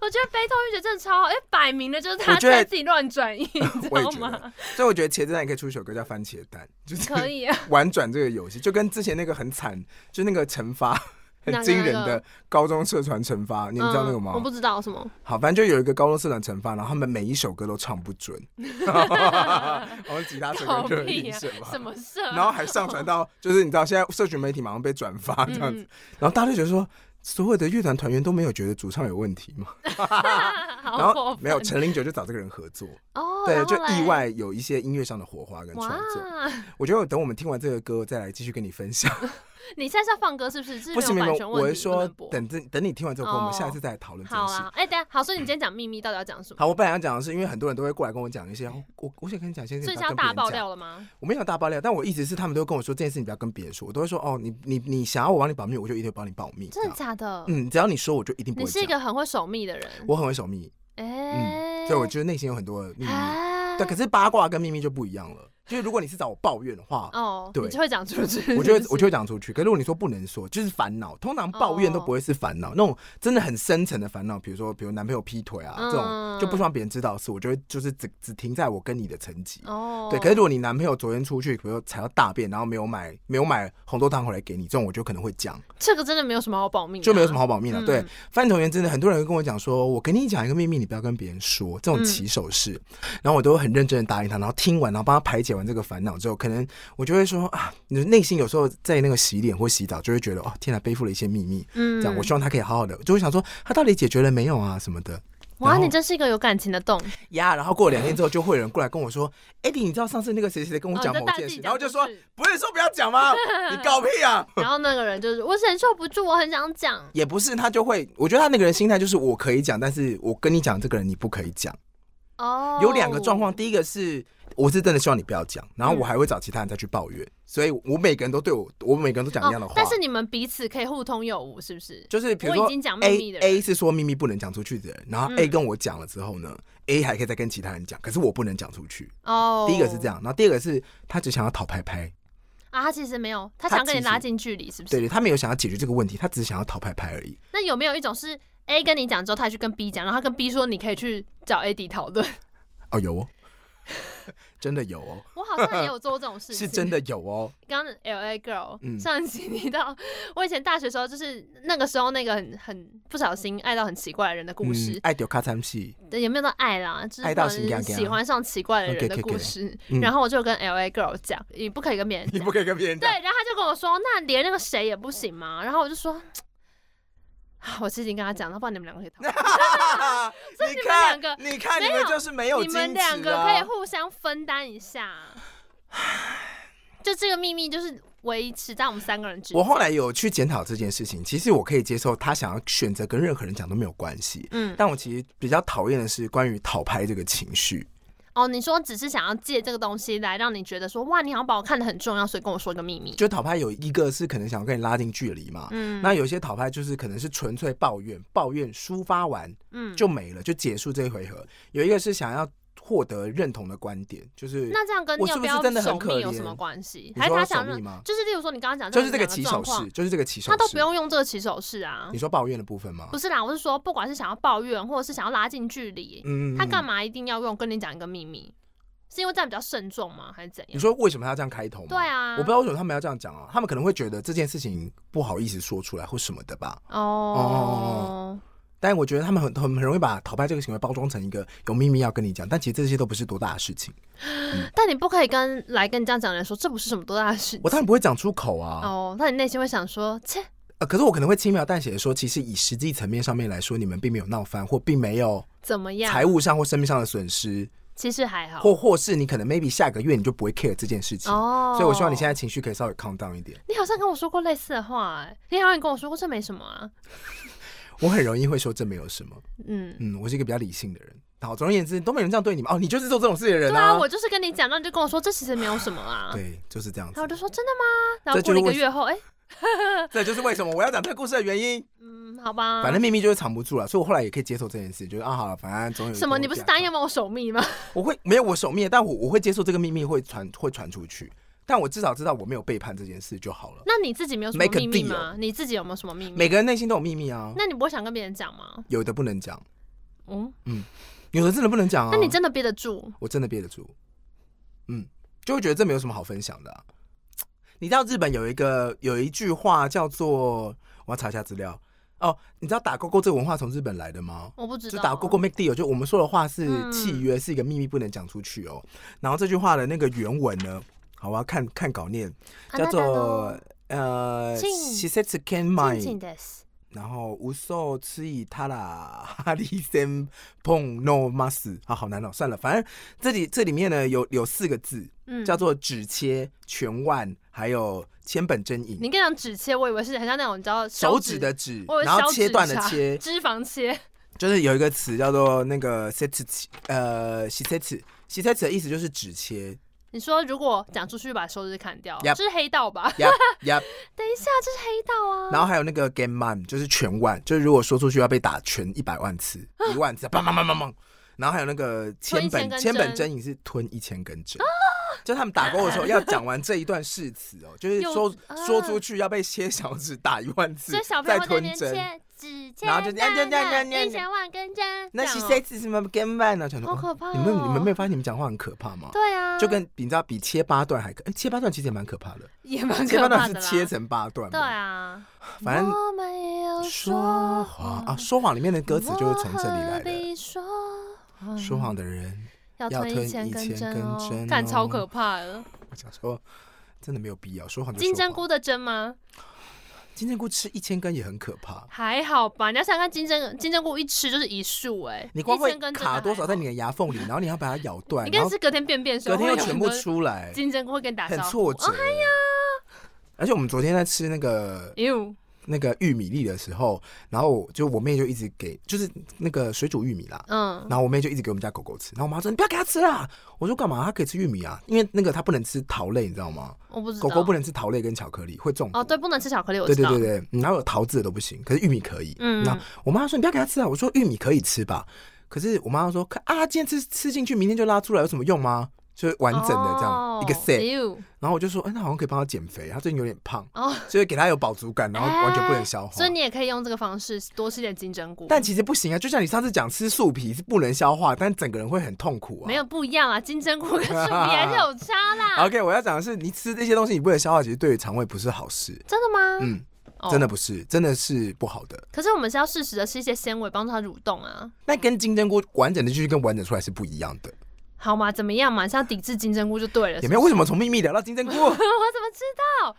Speaker 2: 我觉得悲痛欲绝真的超好，因为摆明了就是
Speaker 1: 我
Speaker 2: 他
Speaker 1: 觉得
Speaker 2: 在自己乱转移，你 知
Speaker 1: 我也
Speaker 2: 道
Speaker 1: 觉得
Speaker 2: 吗？，
Speaker 1: 所以我觉得茄子蛋也可以出一首歌叫《番茄蛋》，就是
Speaker 2: 可以啊，
Speaker 1: 玩转这个游戏，就跟之前那个很惨，就那个惩罚很
Speaker 2: 哪个
Speaker 1: 惊人
Speaker 2: 哪
Speaker 1: 的
Speaker 2: 个
Speaker 1: 高中社团惩罚， 你们知道那个吗
Speaker 2: 嗯？我不知道什 么，
Speaker 1: 好，反正就有一个高中社团惩罚，然后他们每一首歌都唱不准， 然后吉 他社
Speaker 2: 搞
Speaker 1: 就
Speaker 2: 屁
Speaker 1: 一
Speaker 2: 呀
Speaker 1: 什么。
Speaker 2: 啊什么社？
Speaker 1: 然后还上传到，就是你知道现在社群媒体马上被转发这样子，
Speaker 2: 嗯
Speaker 1: 然后大家就觉得说，所有的乐团团员都没有觉得主唱有问 题嘛，然
Speaker 2: 好过
Speaker 1: 后
Speaker 2: 分
Speaker 1: 没有陈零九就找这个人合作，
Speaker 2: 哦，
Speaker 1: 对，
Speaker 2: 然
Speaker 1: 就
Speaker 2: 后
Speaker 1: 意
Speaker 2: 嘞
Speaker 1: 外有一些音乐上的火花跟创
Speaker 2: 哇！
Speaker 1: 作。我觉得等我们听完这个歌再来继续跟你分享，
Speaker 2: 你现在是要放歌是不是？这
Speaker 1: 不行，
Speaker 2: 是
Speaker 1: 没
Speaker 2: 没有版
Speaker 1: 有，
Speaker 2: 权
Speaker 1: 我
Speaker 2: 问
Speaker 1: 是
Speaker 2: 题，
Speaker 1: 说
Speaker 2: 不能播
Speaker 1: 等这等你听完这首歌，我们下一次再来讨论这
Speaker 2: 好
Speaker 1: 件事。
Speaker 2: 啊，哎、等一下，好，所以你今天讲秘密到底要讲什么？
Speaker 1: 好，我本来要讲的是，因为很多人都会过来跟我讲一些，哦我我想跟你讲一些，
Speaker 2: 所
Speaker 1: 你
Speaker 2: 以你
Speaker 1: 不
Speaker 2: 现在
Speaker 1: 要跟
Speaker 2: 要
Speaker 1: 别
Speaker 2: 大
Speaker 1: 人
Speaker 2: 爆
Speaker 1: 讲。嗯
Speaker 2: 料了吗？
Speaker 1: 我没有大爆料，但我一直是他们都跟我说这件事，你不要跟别人说，我都会说哦，你你你想要我帮你保密，我就一定会帮你保密。
Speaker 2: 真的
Speaker 1: 这样
Speaker 2: 假的？
Speaker 1: 嗯，只要你说，我就一定不
Speaker 2: 你
Speaker 1: 会
Speaker 2: 是一
Speaker 1: 讲。
Speaker 2: 个很会守密的人，
Speaker 1: 我很会守秘，
Speaker 2: 哎、
Speaker 1: 所以我觉得内心有很多的秘密。
Speaker 2: 啊
Speaker 1: 但可是八卦跟秘密就不一样了，就是如果你是找我抱怨的话，
Speaker 2: 哦，
Speaker 1: 对
Speaker 2: 你就会讲出去。
Speaker 1: 我就会
Speaker 2: 是不
Speaker 1: 我
Speaker 2: 是
Speaker 1: 就会讲出去。可是如果你说不能说，就是烦恼，通常抱怨都
Speaker 2: 哦
Speaker 1: 不会是烦恼，那种真的很深层的烦恼，比如说比如男朋友劈腿啊、
Speaker 2: 嗯
Speaker 1: 这种，就不希望别人知道的事，我就会就是只只停在我跟你的层级。
Speaker 2: 哦，
Speaker 1: 对，可是如果你男朋友昨天出去，比如说踩到大便，然后没有买没有买红豆汤回来给你，这种我就可能会讲，
Speaker 2: 这个真的没有什么好保密、
Speaker 1: 就没有什么。好保密了。
Speaker 2: 嗯
Speaker 1: 对，范同言真的很多人跟我讲说，我跟你讲一个秘密，你不要跟别人说，这种
Speaker 2: 嗯
Speaker 1: 起手式，然后我都很认真的答应他，然后听完，然后帮他排解完这个烦恼之后，可能我就会说啊，你的内心有时候在那个洗脸或洗澡，就会觉得哦，天哪，背负了一些秘密，
Speaker 2: 嗯
Speaker 1: 这样，我希望他可以好好的，就会想说他到底解决了没有啊什么的。
Speaker 2: 哇，
Speaker 1: 然后
Speaker 2: 你真是一个有感情的洞，
Speaker 1: 呀，然后过了两天之后，就会有人过来跟我说：“哎、你知道上次那个谁谁谁跟我
Speaker 2: 哦
Speaker 1: 讲
Speaker 2: 你
Speaker 1: 某
Speaker 2: 在大
Speaker 1: 件
Speaker 2: 自
Speaker 1: 事
Speaker 2: 己，
Speaker 1: 然后我就
Speaker 2: 讲
Speaker 1: 说
Speaker 2: 故事
Speaker 1: 不是说不要讲 吗？你搞屁啊！
Speaker 2: 然后那个人就是我忍受不住，我很想讲。
Speaker 1: 也不是，他就会，我觉得他那个人心态就是我可以讲，但是我跟你讲这个人你不可以讲。
Speaker 2: 哦，
Speaker 1: 有两个状况，，第一个是我是真的希望你不要讲，然后我
Speaker 2: 嗯
Speaker 1: 还会找其他人再去抱怨，所以我每个人都对我，我每个人都讲一样的
Speaker 2: 哦
Speaker 1: 话。
Speaker 2: 但是你们彼此可以互通有无，是不是？
Speaker 1: 就是比如
Speaker 2: 我
Speaker 1: 说
Speaker 2: 已经讲秘
Speaker 1: A
Speaker 2: 密的人
Speaker 1: A 是说秘密不能讲出去的人，然后 A
Speaker 2: 嗯
Speaker 1: 跟我讲了之后呢、a 还可以再跟其他人讲，可是我不能讲出去。
Speaker 2: 哦，
Speaker 1: 第一个是这样，然后第二个是他只想要讨拍拍。
Speaker 2: 啊，他其实没有，他
Speaker 1: 他
Speaker 2: 想跟你
Speaker 1: 其实
Speaker 2: 拉近距离，是不
Speaker 1: 对
Speaker 2: 是？
Speaker 1: 对，他没有想要解决这个问题，他只是想要讨拍拍而已。
Speaker 2: 那有没有一种是 A 跟你讲之后，他去跟 B 讲，然后他跟 B 说你可以去找 A D 讨 论？
Speaker 1: 哦，有 哦，真的有哦，
Speaker 2: 我好像也有做过这种事情，
Speaker 1: 是真。的有哦。
Speaker 2: 刚刚 L A Girl、
Speaker 1: 嗯
Speaker 2: 上一集提到，我以前大学时候就是那个时候那个很很不小心爱到很奇怪的人的故事嗯
Speaker 1: 嗯，爱丢咔嚓戏，
Speaker 2: 对也没有到爱啦，就是
Speaker 1: 爱到心肝肝
Speaker 2: 喜欢上奇怪的人的
Speaker 1: OK，OK，OK
Speaker 2: 故事。
Speaker 1: 嗯
Speaker 2: 然后我就跟 L A Girl 讲，你不可以 跟别人
Speaker 1: 你
Speaker 2: 讲
Speaker 1: 不可以跟别人
Speaker 2: 对，
Speaker 1: 讲。
Speaker 2: 然后他就跟我说，那连那个谁也不行吗？然后我就说，啊我已经跟他讲了，不然你们两个可以讨论。
Speaker 1: 你
Speaker 2: 你们
Speaker 1: 看
Speaker 2: 两个，
Speaker 1: 你看，你
Speaker 2: 没
Speaker 1: 们
Speaker 2: 有
Speaker 1: 就是没有
Speaker 2: 你们
Speaker 1: 矜
Speaker 2: 两
Speaker 1: 持
Speaker 2: 个
Speaker 1: 啊
Speaker 2: 可以互相分担一下。就这个秘密，就是维持在我们三个人之间。
Speaker 1: 我后来有去检讨这件事情，其实我可以接受他想要选择跟任何人讲都没有关系，
Speaker 2: 嗯，
Speaker 1: 但我其实比较讨厌的是关于讨拍这个情绪。
Speaker 2: 哦，你说只是想要借这个东西来让你觉得说，哇，你好像把我看得很重要，所以跟我说一个秘密。
Speaker 1: 就讨拍有一个是可能想要跟你拉近距离嘛，
Speaker 2: 嗯，
Speaker 1: 那有些讨拍就是可能是纯粹抱怨，抱怨抒发完
Speaker 2: 嗯，
Speaker 1: 就没了，就结束这一回合。有一个是想要获得认同的观点，就是
Speaker 2: 那这样跟
Speaker 1: 我
Speaker 2: 你有
Speaker 1: 是不
Speaker 2: 不
Speaker 1: 是
Speaker 2: 要
Speaker 1: 真的很
Speaker 2: 守
Speaker 1: 可
Speaker 2: 密有什
Speaker 1: 怜
Speaker 2: 么关系？
Speaker 1: 你
Speaker 2: 还是
Speaker 1: 说
Speaker 2: 他
Speaker 1: 守
Speaker 2: 想
Speaker 1: 密
Speaker 2: 让，
Speaker 1: 吗
Speaker 2: 就是例如说你刚刚讲，
Speaker 1: 就是这个
Speaker 2: 啊你
Speaker 1: 起
Speaker 2: 们两
Speaker 1: 手
Speaker 2: 个状
Speaker 1: 式，
Speaker 2: 况，
Speaker 1: 就是这个起手式，
Speaker 2: 他都不。用用这个起手式啊
Speaker 1: 你。说抱怨的部分吗
Speaker 2: 不？是啦，我是说，不管是想要抱怨，或者是想要拉近距离，
Speaker 1: 嗯
Speaker 2: 他干
Speaker 1: 嘛？
Speaker 2: 嘛一定要用跟你讲一个秘密？是因为这样比较慎重吗？还是怎
Speaker 1: 你
Speaker 2: 样？
Speaker 1: 说为什么要这样开头吗？
Speaker 2: 对啊
Speaker 1: 我不知道为什么他们要这样讲啊，他们可能会觉得这件事情不好意思说出来或什么的吧。
Speaker 2: 哦，
Speaker 1: 但我觉得他们很很很容易把讨拍这个行为包装成一个有秘密要跟你讲，但其实这些都不是多大的事情。
Speaker 2: 但你不可以跟来跟你这样讲的人说，这不是什么多大的事
Speaker 1: 我当
Speaker 2: 情。
Speaker 1: 然不会讲出口啊，
Speaker 2: 哦，那你内心会想说，切，
Speaker 1: 呃，可是我可能会轻描淡写的说，其实以实际层面上面来说，你们并没有闹翻，或并没有
Speaker 2: 怎么样？
Speaker 1: 财务上或生命上的损失，
Speaker 2: 其实还好。
Speaker 1: 或或是你可能 maybe 下个月你就不会 care 这件事情。
Speaker 2: 哦，
Speaker 1: 所以我希望你现在情绪可以稍微 calm down 一点。
Speaker 2: 你好像跟我说过类似的话、哎，你好像也跟我说过这没什么啊。
Speaker 1: 我很容易会说这没有什么，
Speaker 2: 嗯，
Speaker 1: 嗯，我是一个比较理性的人。好，总而言之，都没人这样对你嘛。哦，你就是做这种事的人
Speaker 2: 对啊，我就是跟你讲，那你就跟我说这其实没有什么啊。
Speaker 1: 对，就是这样
Speaker 2: 然
Speaker 1: 子
Speaker 2: 后我。就说真的吗？然后过
Speaker 1: 这就是
Speaker 2: 了一个
Speaker 1: 为
Speaker 2: 月后，哎、
Speaker 1: 这就是为什么我要讲这个故事的原因。
Speaker 2: 嗯，好吧。
Speaker 1: 反正秘密就是藏不住了，所以我后来也可以接受这件事，就是啊，好了，反正总有一天
Speaker 2: 什么？
Speaker 1: 会
Speaker 2: 你不是
Speaker 1: 这样
Speaker 2: 答应帮我守密吗？
Speaker 1: 我会没有我守密，但我我会接受这个秘密会传会传出去，但我至少知道我没有背叛这件事就好了。
Speaker 2: 那你自己没有什么
Speaker 1: Make a
Speaker 2: 秘
Speaker 1: deal
Speaker 2: 密吗？你自己有没有什么秘密？
Speaker 1: 每个人内心都有秘密啊，
Speaker 2: 那你不会想跟别人讲吗？
Speaker 1: 有的不能讲，
Speaker 2: 哦，
Speaker 1: 有的真的不能讲啊。
Speaker 2: 那你真的憋得住？
Speaker 1: 我真的憋得住，嗯，就会觉得这没有什么好分享的啊、你知道日本有一个有一句话叫做，我要查一下资料哦。你知道打勾勾这个文化从日本来的吗？
Speaker 2: 我不知
Speaker 1: 就
Speaker 2: 道。
Speaker 1: 打勾勾 make deal，就我们说的话是
Speaker 2: 嗯
Speaker 1: 契约，是一个秘密，不能讲出去哦。然后这句话的那个原文呢，好，我要看看稿念，
Speaker 2: あ
Speaker 1: 叫
Speaker 2: なた
Speaker 1: 做
Speaker 2: の
Speaker 1: 呃，
Speaker 2: 近
Speaker 1: she said to can mine，
Speaker 2: 近です。
Speaker 1: 然后无受吃以他啦，哈利森碰 no mas，啊， 好难哦，算了，反正这里这里面呢有有四个字，
Speaker 2: 嗯，
Speaker 1: 叫做指切、全腕，还有千本真影。
Speaker 2: 你跟讲指切，我以为是很像那种你知道
Speaker 1: 手指
Speaker 2: 指
Speaker 1: 的，指
Speaker 2: 我以，为
Speaker 1: 然后
Speaker 2: 小
Speaker 1: 切
Speaker 2: 指
Speaker 1: 断的
Speaker 2: 叉
Speaker 1: 切，
Speaker 2: 脂肪切。
Speaker 1: 就是有一个词叫做那个 set，呃，洗切齿，洗切齿的意思就是指 切。
Speaker 2: 你说如果讲出去把手指砍掉，
Speaker 1: Yep
Speaker 2: 这是黑道吧？
Speaker 1: Yep, yep。
Speaker 2: 等一下，这是黑道啊！
Speaker 1: 然后还有那个 game man，就是全腕，就是如果说出去要被打全一百万次，一万次，砰砰砰砰砰。然后还有那个千
Speaker 2: 啊吞一千
Speaker 1: 本
Speaker 2: 根
Speaker 1: 千本
Speaker 2: 针啊
Speaker 1: 真影是吞一千根针，就他们打勾的时候要讲完这一段誓词哦，就是
Speaker 2: 又
Speaker 1: 说
Speaker 2: 啊
Speaker 1: 说出去要被切小指打一万次
Speaker 2: 所以小，朋
Speaker 1: 再
Speaker 2: 友会在那
Speaker 1: 吞
Speaker 2: 边
Speaker 1: 针。
Speaker 2: 切指尖
Speaker 1: 然后就
Speaker 2: 大
Speaker 1: 这样这样这样这
Speaker 2: 大
Speaker 1: 样
Speaker 2: 一千万根针，
Speaker 1: 那
Speaker 2: 这
Speaker 1: 是
Speaker 2: 样哦
Speaker 1: 谁是什么 game man 呢？想说
Speaker 2: 好
Speaker 1: 哦
Speaker 2: 可怕哦！
Speaker 1: 你们你们没有发现你们讲话很可怕吗？
Speaker 2: 对啊，
Speaker 1: 就跟你知道比切八段还可，哎、切八段其实也蛮可怕的，
Speaker 2: 也蛮
Speaker 1: 切八
Speaker 2: 可怕
Speaker 1: 段
Speaker 2: 的
Speaker 1: 是
Speaker 2: 啦。
Speaker 1: 切成八段嘛，
Speaker 2: 对啊，
Speaker 1: 反正
Speaker 2: 我们也有
Speaker 1: 说谎啊，说谎里面的歌词就是从这里来
Speaker 2: 我何
Speaker 1: 的。
Speaker 2: 必说谎
Speaker 1: 说谎的人，
Speaker 2: 要
Speaker 1: 要
Speaker 2: 吞
Speaker 1: 吞
Speaker 2: 一千
Speaker 1: 一
Speaker 2: 根
Speaker 1: 千
Speaker 2: 针
Speaker 1: 根
Speaker 2: 哦
Speaker 1: 针，
Speaker 2: 干超
Speaker 1: 哦
Speaker 2: 可怕的。
Speaker 1: 我想说，真的没有必要说谎就
Speaker 2: 金
Speaker 1: 说
Speaker 2: 针
Speaker 1: 谎。
Speaker 2: 菇的针吗？
Speaker 1: 金针菇吃一千根也很可怕，
Speaker 2: 还好吧，你要想想看金针金针菇一吃就是一束哎、
Speaker 1: 你光
Speaker 2: 一
Speaker 1: 会
Speaker 2: 千根针
Speaker 1: 卡
Speaker 2: 还
Speaker 1: 多少在
Speaker 2: 好
Speaker 1: 你？的牙缝里，然后你要把它咬断，
Speaker 2: 你
Speaker 1: 然
Speaker 2: 该
Speaker 1: 后
Speaker 2: 是隔天便便的时候
Speaker 1: 隔天
Speaker 2: 会
Speaker 1: 又
Speaker 2: 有
Speaker 1: 全
Speaker 2: 很
Speaker 1: 部
Speaker 2: 多
Speaker 1: 出来，
Speaker 2: 金针菇会跟你打
Speaker 1: 很
Speaker 2: 招呼，
Speaker 1: 挫折。而且我们昨天在吃那个
Speaker 2: 哎呦，
Speaker 1: 那个玉米粒的时候，然后我就我妹就一直给，就是那个水煮玉米啦，
Speaker 2: 嗯，
Speaker 1: 然后我妹就一直给我们家狗狗吃，然后我妈说你不要给它吃啦，我说干嘛？它可以吃玉米啊，因为那个它不能吃桃类，你知道吗？
Speaker 2: 我不知道，
Speaker 1: 狗狗不能吃桃类跟巧克力，会中毒。
Speaker 2: 哦，对，不能吃巧克力，我
Speaker 1: 对
Speaker 2: 知
Speaker 1: 对
Speaker 2: 道，
Speaker 1: 对对，嗯然后有桃子的都不行，可是玉米可以。
Speaker 2: 嗯
Speaker 1: 那我妈说你不要给它吃啊，我说玉米可以吃吧，可是我妈说啊，今天吃吃进去，明天就拉出来，有什么用吗？就是完整的这样、
Speaker 2: 哦
Speaker 1: 一个 set，
Speaker 2: set，
Speaker 1: 然后我就说，哎、那好像可以帮它减肥，啊它最近有点胖，
Speaker 2: 哦，
Speaker 1: 所以给它有饱足感，然后完全不能消化。
Speaker 2: 哎所以你也可以用这个方式多吃点金针菇，
Speaker 1: 但其实不哦行啊，就像你上次讲，吃树皮是不能消化，但整个人会很痛苦啊。
Speaker 2: 没有不一样啊，金针菇跟树皮还是有差 啦，
Speaker 1: OK，我要讲的是，你吃这些东西你不能消化，其实对于肠胃不是好事。
Speaker 2: 真的吗？
Speaker 1: 嗯，
Speaker 2: 哦
Speaker 1: 真的。不是，真的是不好的。
Speaker 2: 可是我们是要适时的吃一些纤维，帮助它蠕动啊，
Speaker 1: 那跟金针菇完整的进去跟完整出来是不一样的，
Speaker 2: 好嘛？怎么样嘛？是要抵制金针菇就对了，
Speaker 1: 也没有为什么从秘密聊到金针菇。
Speaker 2: 我怎么知道？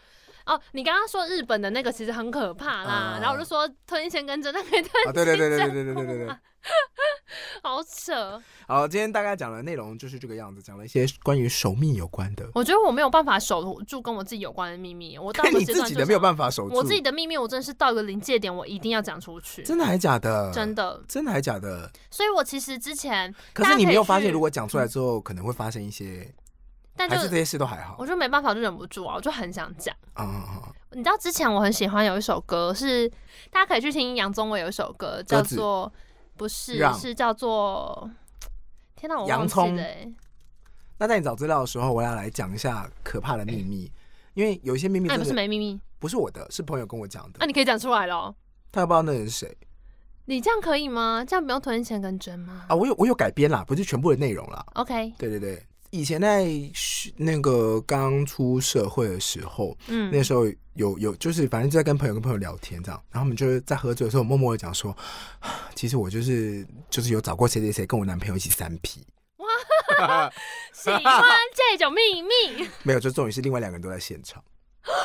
Speaker 2: 哦，你刚刚说日本的那个其实很可怕啦，
Speaker 1: 啊
Speaker 2: 然后我就说吞一千根针，那可以吞
Speaker 1: 啊，对对对对对对对
Speaker 2: 金针菇
Speaker 1: 对 对对
Speaker 2: 嘛。好扯。
Speaker 1: 好，今天大概讲的内容就是这个样子，讲了一些关于守密有关的，
Speaker 2: 我觉得我没有办法守住跟我自己有关的秘密，我到
Speaker 1: 跟
Speaker 2: 了
Speaker 1: 你
Speaker 2: 阶
Speaker 1: 自
Speaker 2: 段
Speaker 1: 己
Speaker 2: 就
Speaker 1: 的
Speaker 2: 想
Speaker 1: 没有办法守住。
Speaker 2: 我自己的秘密，我真的是到一个临界点，我一定要讲出去，
Speaker 1: 真的还假的？
Speaker 2: 真。的。
Speaker 1: 真的还假的？
Speaker 2: 所以我其实之前，
Speaker 1: 可是你没有发
Speaker 2: 大家可以
Speaker 1: 现，
Speaker 2: 去
Speaker 1: 如果讲出来之后，可能会发生一些，
Speaker 2: 但就
Speaker 1: 还是这些事都还好
Speaker 2: 我。就没办法，就忍不住啊，我就很想讲。
Speaker 1: 啊啊啊！啊
Speaker 2: 你知道之前我很喜欢有一首歌是，大家可以去听杨宗纬有一首歌叫
Speaker 1: 子
Speaker 2: 做不是
Speaker 1: 让
Speaker 2: 是叫做天哪我
Speaker 1: 洋
Speaker 2: 忘记
Speaker 1: 葱
Speaker 2: 了、欸，
Speaker 1: 那在你找资料的时候，我要来讲一下可怕的秘密，因为有一些秘密
Speaker 2: 那、
Speaker 1: 真
Speaker 2: 哎你不是
Speaker 1: 的
Speaker 2: 没秘密？
Speaker 1: 不是我的，是朋友跟我讲
Speaker 2: 那、
Speaker 1: 的，
Speaker 2: 你可以讲出来咯。
Speaker 1: 他也不知道那人是谁
Speaker 2: 你这样可以吗？这样不用吞钱跟针吗、
Speaker 1: 啊。我有我有改编啦，不是全部的内容啦。
Speaker 2: o k
Speaker 1: 对对对，以前在学那个刚出社会的时候，那
Speaker 2: 嗯，
Speaker 1: 时候有有就是反正就在跟朋友跟朋友聊天这样，然后我们就是在喝醉的时候，默默的讲说， 啊其实我就是就是有找过谁谁谁跟我男朋友一起三 P，
Speaker 2: 喜欢这种秘密，
Speaker 1: 没有，就重点是另外两个人都在现场。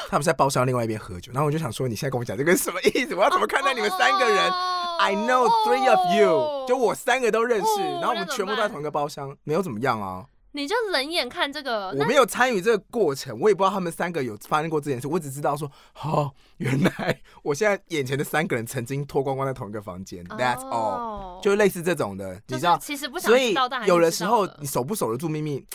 Speaker 1: 他们是在包厢另外一边喝酒，然后我就想说，你现在跟我讲这个是什么意思？我要怎么 看待你们三个人？
Speaker 2: 哦
Speaker 1: I know three of you，
Speaker 2: 哦
Speaker 1: 就我三个都认识，
Speaker 2: 哦
Speaker 1: 然后我们全部都在
Speaker 2: 那怎么办
Speaker 1: 同一个包厢，没有怎么样啊。
Speaker 2: 你就冷眼看这个，
Speaker 1: 我
Speaker 2: 哦那
Speaker 1: 没有参与这个过程，我也不知道他们三个有发生过这件事，我只知道说，哦，原来 我现在眼前的三个人曾经脱光光在同一个房间、t h a t s all，
Speaker 2: 哦
Speaker 1: 就类似这种的，你
Speaker 2: 就
Speaker 1: 知
Speaker 2: 是
Speaker 1: 道。
Speaker 2: 其实不想
Speaker 1: 所以
Speaker 2: 知道，但还是
Speaker 1: 有的
Speaker 2: 知
Speaker 1: 时
Speaker 2: 道
Speaker 1: 候
Speaker 2: 了
Speaker 1: 你守不守得住秘密，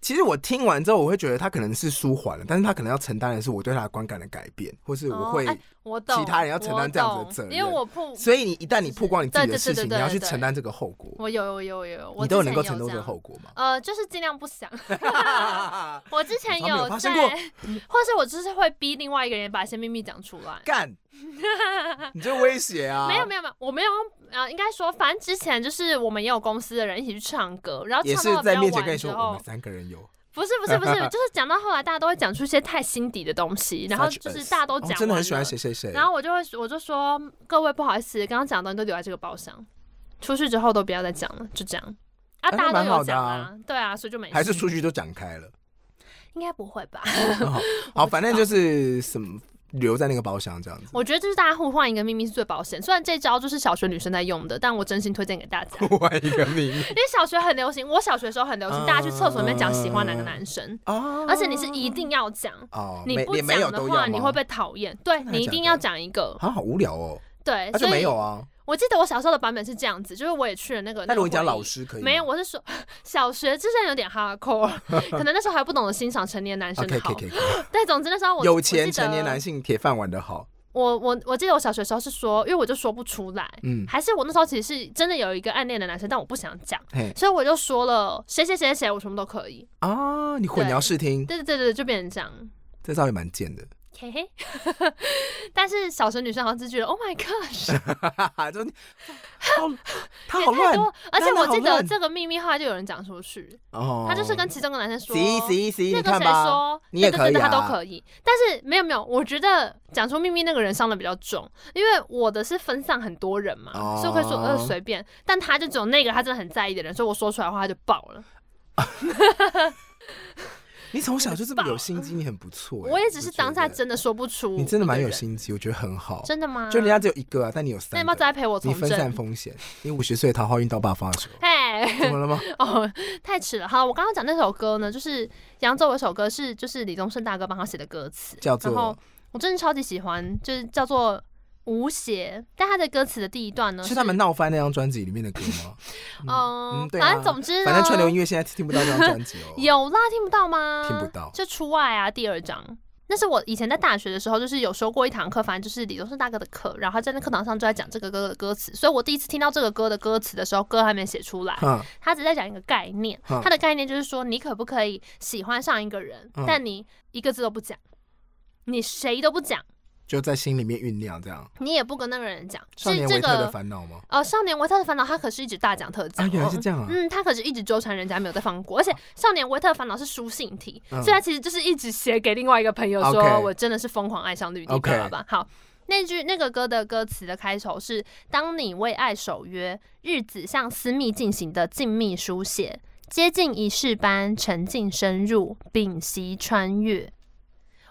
Speaker 1: 其实我听完之后，我会觉得他可能是舒缓了，但是他可能要承担的是我对他的观感的改变，或是我
Speaker 2: 哦
Speaker 1: 会。
Speaker 2: 哎我懂，
Speaker 1: 其他人要承担这样子的
Speaker 2: 我
Speaker 1: 责任
Speaker 2: 懂因为我不，
Speaker 1: 所以你一旦你曝光你自己
Speaker 2: 对
Speaker 1: 的
Speaker 2: 对
Speaker 1: 事情，
Speaker 2: 对
Speaker 1: 你
Speaker 2: 对
Speaker 1: 要去
Speaker 2: 对
Speaker 1: 承担这个后果，
Speaker 2: 我有有有有，我
Speaker 1: 你都
Speaker 2: 之
Speaker 1: 能
Speaker 2: 前
Speaker 1: 够
Speaker 2: 有
Speaker 1: 承受
Speaker 2: 这
Speaker 1: 这个
Speaker 2: 样
Speaker 1: 后果吗？
Speaker 2: 呃，就是尽量不想。我我之前
Speaker 1: 我从来没有发
Speaker 2: 在
Speaker 1: 生过，
Speaker 2: 或是我就是会逼另外一个人把一些秘密讲出 来。
Speaker 1: 干， 你这威胁啊！
Speaker 2: 没有没有没有，我没有啊、呃应该说，反正之前就是我们也有公司的人一起去唱歌， 然后
Speaker 1: 也
Speaker 2: 唱
Speaker 1: 是
Speaker 2: 到比
Speaker 1: 在
Speaker 2: 较
Speaker 1: 面前跟
Speaker 2: 晚
Speaker 1: 你
Speaker 2: 之
Speaker 1: 说我
Speaker 2: 后
Speaker 1: 们，三个人有，
Speaker 2: 不是不是不 是，就是讲到后来大家都会讲出一些太心底的东西，然后
Speaker 1: Such
Speaker 2: 就是
Speaker 1: as
Speaker 2: 大家都
Speaker 1: 哦
Speaker 2: 讲、完
Speaker 1: 真的很喜
Speaker 2: 了
Speaker 1: 欢谁谁谁。
Speaker 2: 然后我就会我就说各位不好意思，刚刚讲的东西都留在这个包厢，出去之后都不要再讲了，就这样。啊，
Speaker 1: 哎
Speaker 2: 大
Speaker 1: 那
Speaker 2: 家
Speaker 1: 蛮
Speaker 2: 都
Speaker 1: 好
Speaker 2: 有
Speaker 1: 的
Speaker 2: 讲
Speaker 1: 啊
Speaker 2: 啊，对啊，所以就没事。
Speaker 1: 还是出去就展开 了。哦
Speaker 2: 应该不会吧？
Speaker 1: 好好，反正就是什么留在那个包厢这 样子。
Speaker 2: 我觉得就是大家互换一个秘密是最保险。虽然这招就是小学女生在用的，但我真心推荐给 大家，因
Speaker 1: 另外一个秘 密
Speaker 2: 为小学很流行，我小学的时候很流行，
Speaker 1: 嗯
Speaker 2: 大家去厕所里面讲喜欢哪个男生，
Speaker 1: 哦
Speaker 2: 而且你是一定要讲。
Speaker 1: 哦，
Speaker 2: 你
Speaker 1: 没
Speaker 2: 不
Speaker 1: 也没有
Speaker 2: 讲的
Speaker 1: 都
Speaker 2: 话，
Speaker 1: 要
Speaker 2: 你
Speaker 1: 吗
Speaker 2: 会被讨厌。对
Speaker 1: 的
Speaker 2: 你一
Speaker 1: 假
Speaker 2: 定
Speaker 1: 的
Speaker 2: 要讲一个，
Speaker 1: 啊，好无聊哦。
Speaker 2: 对，
Speaker 1: 那就
Speaker 2: 所
Speaker 1: 没
Speaker 2: 以
Speaker 1: 有啊。
Speaker 2: 我记得我小时候的版本是这样子，就是我也去了那个。
Speaker 1: 那如果
Speaker 2: 个
Speaker 1: 你讲
Speaker 2: 会
Speaker 1: 老
Speaker 2: 议
Speaker 1: 师可以吗
Speaker 2: 没有，我是说 小学之前有点 hardcore，可 能那时候还不懂得欣赏成年男生
Speaker 1: ，OK
Speaker 2: 的好。
Speaker 1: OK OK，
Speaker 2: 但总之那时候我
Speaker 1: 有钱成
Speaker 2: 成
Speaker 1: 年男，性铁饭碗的好，
Speaker 2: 我我我记得我小学的时候是说，因为我就说不出来，
Speaker 1: 嗯，
Speaker 2: 还是我那时候其实是真的有一个暗恋的男生，但我不想讲。
Speaker 1: 嘿
Speaker 2: 所以我就说了谁谁谁谁，我什么都可以。
Speaker 1: 啊，你混淆视听，
Speaker 2: 对对对对，就变成这样，
Speaker 1: 这招也蛮贱的，
Speaker 2: 嘿嘿。 但是小学女生好像是觉得，Oh my gosh，
Speaker 1: 哈哈， 就好，他
Speaker 2: 也
Speaker 1: 好
Speaker 2: 太
Speaker 1: 乱
Speaker 2: 多。而且
Speaker 1: 真的
Speaker 2: 我
Speaker 1: 好
Speaker 2: 记得
Speaker 1: 乱
Speaker 2: 这个秘密后来就有人讲出去，
Speaker 1: 哦，
Speaker 2: 他就是跟其中一个男生说，
Speaker 1: 行行行，
Speaker 2: 那
Speaker 1: 你
Speaker 2: 个
Speaker 1: 看
Speaker 2: 谁
Speaker 1: 吧，
Speaker 2: 说，
Speaker 1: 你也
Speaker 2: 对
Speaker 1: 可
Speaker 2: 对对
Speaker 1: 以
Speaker 2: 他都
Speaker 1: 啊
Speaker 2: 可以。但是没有没有，我觉得讲出秘密那个人伤的比较重，因为我的是分散很多人嘛，
Speaker 1: 哦
Speaker 2: 所以会说呃随便，但他就只有那个他真的很在意的人，所以我说出来的话他就爆了。
Speaker 1: 你从小就这么有心机，你很不错欸。
Speaker 2: 我也只是
Speaker 1: 觉
Speaker 2: 当下
Speaker 1: 得
Speaker 2: 真的说不出，
Speaker 1: 你真的蛮有，心机，我觉得很好。
Speaker 2: 真的吗？
Speaker 1: 就人家只有一个啊，但你有
Speaker 2: 那
Speaker 1: 三
Speaker 2: 你要不要
Speaker 1: 个，
Speaker 2: 再陪我
Speaker 1: 你
Speaker 2: 从
Speaker 1: 分散
Speaker 2: 政？
Speaker 1: 风险。你五十岁桃花运到爆发 的时候，
Speaker 2: 哎，
Speaker 1: 怎么了吗？
Speaker 2: 哦，太迟了。好，我刚刚讲那首歌呢，就是扬州有一首歌是就是李宗盛大哥帮他写的歌词，
Speaker 1: 叫
Speaker 2: 然后
Speaker 1: 做，
Speaker 2: 我真的超级喜欢，就是叫做《无邪》，但他的歌词的第一段呢
Speaker 1: 是他们闹翻那张专辑里面的歌吗？
Speaker 2: 嗯，
Speaker 1: 嗯对
Speaker 2: 反
Speaker 1: 啊
Speaker 2: 正总之呢，
Speaker 1: 反正串流音乐现在听不到这张专辑哦。
Speaker 2: 有啦，听不到吗？
Speaker 1: 听不到
Speaker 2: 就出外啊，第二章。那是我以前在大学的时候，就是有修过一堂课，反正就是李宗盛大哥的课，然后他在那课堂上就在讲这个歌的歌词，所以我第一次听到这个歌的歌词的时候，歌还没写出来，
Speaker 1: 嗯，
Speaker 2: 他只在讲一个概念，
Speaker 1: 嗯
Speaker 2: 他的概念就是说，你可不可以喜欢上一个人，
Speaker 1: 嗯
Speaker 2: 但你一个字都不讲，你谁都不讲，
Speaker 1: 就在心里面酝酿这样。
Speaker 2: 你也不跟那个人讲，
Speaker 1: 少
Speaker 2: 是
Speaker 1: 年
Speaker 2: 这
Speaker 1: 维特的
Speaker 2: 个
Speaker 1: 烦恼吗？
Speaker 2: 呃，少年维特的烦恼，他可是一直大讲特讲、
Speaker 1: 啊，原来是
Speaker 2: 哦
Speaker 1: 这样啊。哦
Speaker 2: 嗯，他可是一直纠缠人家，没有再放过。而且《少年维特烦恼》是书信体，
Speaker 1: 嗯
Speaker 2: 所以他其实就是一直写给另外一个朋友说
Speaker 1: OK
Speaker 2: 我真的是疯狂爱上绿地，
Speaker 1: OK
Speaker 2: 爸爸。好，那句那个歌的歌词的开头是：当你为爱守约，日子像私密进行的静谧书写，接近仪式般沉浸深入，屏息穿越。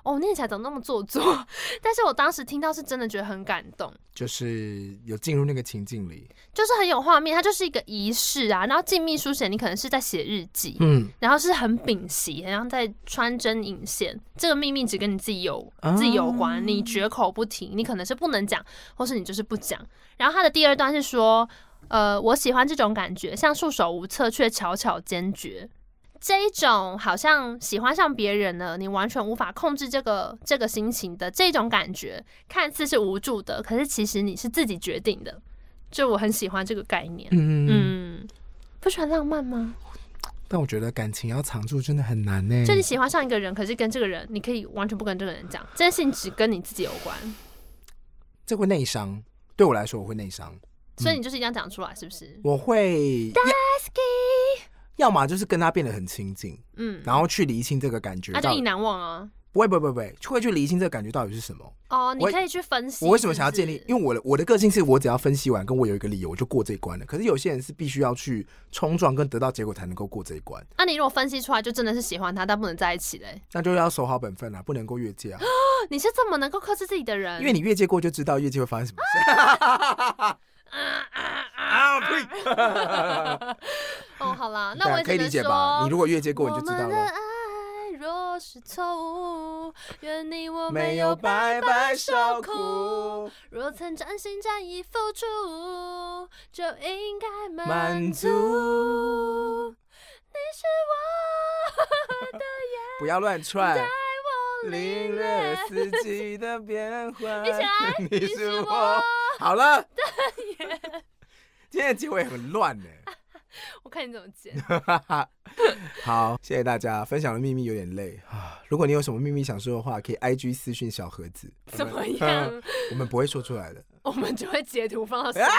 Speaker 2: 哦，念起来怎么那么做作？ 但是我当时听到是真的觉得很感动。
Speaker 1: 就是有进入那个情境里。
Speaker 2: 就是很有画面，它就是一个仪式啊。然后静谧书写，你可能是在写日记，
Speaker 1: 嗯，
Speaker 2: 然后是很屏息，然后在穿针引线。这个秘密只跟你自己有
Speaker 1: 啊
Speaker 2: 自己有关，你绝口不提，你可能是不能讲，或是你就是不讲。然后它的第二段是说，呃，我喜欢这种感觉，像束手无策却巧巧坚决。这一种好像喜欢上别人了，你完全无法控制这个这个心情的这种感觉，看似是无助的，可是其实你是自己决定的。就我很喜欢这个概念，
Speaker 1: 嗯嗯。
Speaker 2: 嗯，不喜欢浪漫吗？
Speaker 1: 但我觉得感情要藏住真的很难欸呢。
Speaker 2: 就你喜欢上一个人，可是跟这个人，你可以完全不跟这个人讲，这件事情只跟你自己有关，
Speaker 1: 嗯这会内伤，对我来说我会内伤。
Speaker 2: 所以你就是一定要讲出来，是不是？
Speaker 1: 我会要要么就是跟他变得很亲近，
Speaker 2: 嗯，
Speaker 1: 然后去厘清这个感觉
Speaker 2: 那、
Speaker 1: 到
Speaker 2: 就
Speaker 1: 底
Speaker 2: 意，难忘啊。
Speaker 1: 不会不会不会，会去厘清这个感觉到底是什么。
Speaker 2: 哦，你
Speaker 1: 我
Speaker 2: 可以去分析
Speaker 1: 我为什么想要建
Speaker 2: 是
Speaker 1: 立
Speaker 2: 不？是
Speaker 1: 因为我的我的个性是我只要分析完，跟我有一个理由，我就过这一关了。可是有些人是必须要去冲撞跟得到结果才能够过这一关，
Speaker 2: 那、你如果分析出来，就真的是喜欢他，但不能在一起嘞。
Speaker 1: 那就要守好本分啊，不能够越界啊，
Speaker 2: 你是这么能够克制自己的人？
Speaker 1: 因为你越界过就知道越界会发生什么事。啊呸！
Speaker 2: 哦，好啦，那
Speaker 1: 大家
Speaker 2: 我也
Speaker 1: 啊可以
Speaker 2: 只
Speaker 1: 理
Speaker 2: 能
Speaker 1: 解吧？你
Speaker 2: 说。
Speaker 1: 如果越界过，
Speaker 2: 我
Speaker 1: 你就
Speaker 2: 们
Speaker 1: 知道
Speaker 2: 的
Speaker 1: 了。
Speaker 2: 爱若是错误，愿你我
Speaker 1: 没
Speaker 2: 没
Speaker 1: 有
Speaker 2: 有白。
Speaker 1: 白白受
Speaker 2: 苦
Speaker 1: 苦，
Speaker 2: 若曾真心真意付出，就应该满
Speaker 1: 满
Speaker 2: 足。
Speaker 1: 足。
Speaker 2: 你是我 的眼，
Speaker 1: 不要乱踹，
Speaker 2: 我
Speaker 1: 领略四季的变换。
Speaker 2: 一起来
Speaker 1: 你
Speaker 2: 是
Speaker 1: 是
Speaker 2: 我
Speaker 1: 我。好了，今天的结尾很乱呢、
Speaker 2: 我看你怎么 剪。
Speaker 1: 好，谢谢大家，分享的秘密有点累啊。如果你有什么秘密想说的话，可以 IG 私讯小盒子，
Speaker 2: 怎么
Speaker 1: 嗯
Speaker 2: 样？
Speaker 1: 我们不会说出来 的。
Speaker 2: 我们就会截图放到
Speaker 1: 嗯
Speaker 2: 手。
Speaker 1: 啊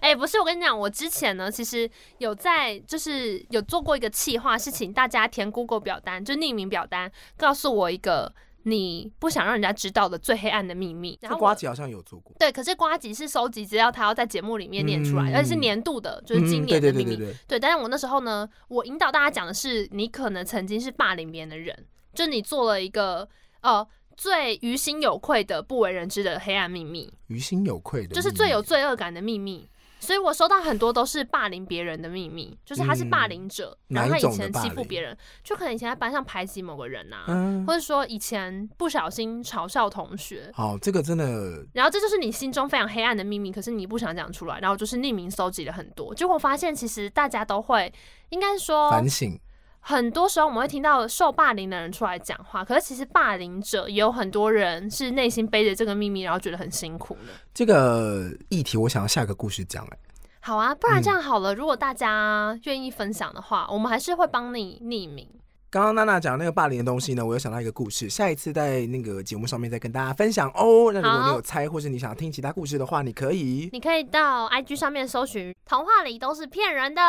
Speaker 2: 哎、不是，我跟你讲，我之前呢，其实有在就是有做过一个企划，是请大家填 Google 表单，就匿名表单，告诉我一个你不想让人家知道的最黑暗的秘密。然
Speaker 1: 这
Speaker 2: 后
Speaker 1: 哎瓜
Speaker 2: 我
Speaker 1: 子好像有做过，
Speaker 2: 对，可是瓜吉是收集资料，他要在节目里面念出来，
Speaker 1: 嗯
Speaker 2: 而且是年度的，就是今
Speaker 1: 嗯
Speaker 2: 年的秘密。
Speaker 1: 对对对对对，
Speaker 2: 对，但是我那时候呢，我引导大家讲的是，你可能曾经是霸凌别人的人，就你做了一个呃最于心有愧的不为人知的黑暗秘密，
Speaker 1: 于心有愧的，
Speaker 2: 就是最有。罪恶感的秘密。所以我收到很多都是霸凌别人的秘密，就是他是霸凌者，
Speaker 1: 嗯
Speaker 2: 然后他
Speaker 1: 哪一种
Speaker 2: 以
Speaker 1: 的
Speaker 2: 前
Speaker 1: 霸
Speaker 2: 欺负
Speaker 1: 凌
Speaker 2: 别人，就可能以前在班上排挤某个人啊，
Speaker 1: 嗯，
Speaker 2: 或者说以前不小心嘲笑同学，
Speaker 1: 好，这个真的
Speaker 2: 然后这就是你心中非常黑暗的秘密，可是你不想讲出来，然后就是匿名搜集了很多，结果发现其实大家都会，应该说
Speaker 1: 反省，
Speaker 2: 很多时候我们会听到受霸凌的人出来讲话，可是其实霸凌者也有很多人是内心背着这个秘密，然后觉得很辛苦的。
Speaker 1: 这个议题，我想要下个故事讲。哎，
Speaker 2: 好啊，不然这样好了，如果大家愿意分享的话，我们还是会帮你匿名。
Speaker 1: 刚刚娜娜讲那个霸凌的东西呢，我又想到一个故事，下一次在那个节目上面再跟大家分享哦。那如果
Speaker 2: 好
Speaker 1: 你有猜，或是你想要听其他故事的话，你可以
Speaker 2: 你可以到 IG 上面搜寻“童话里都是骗人的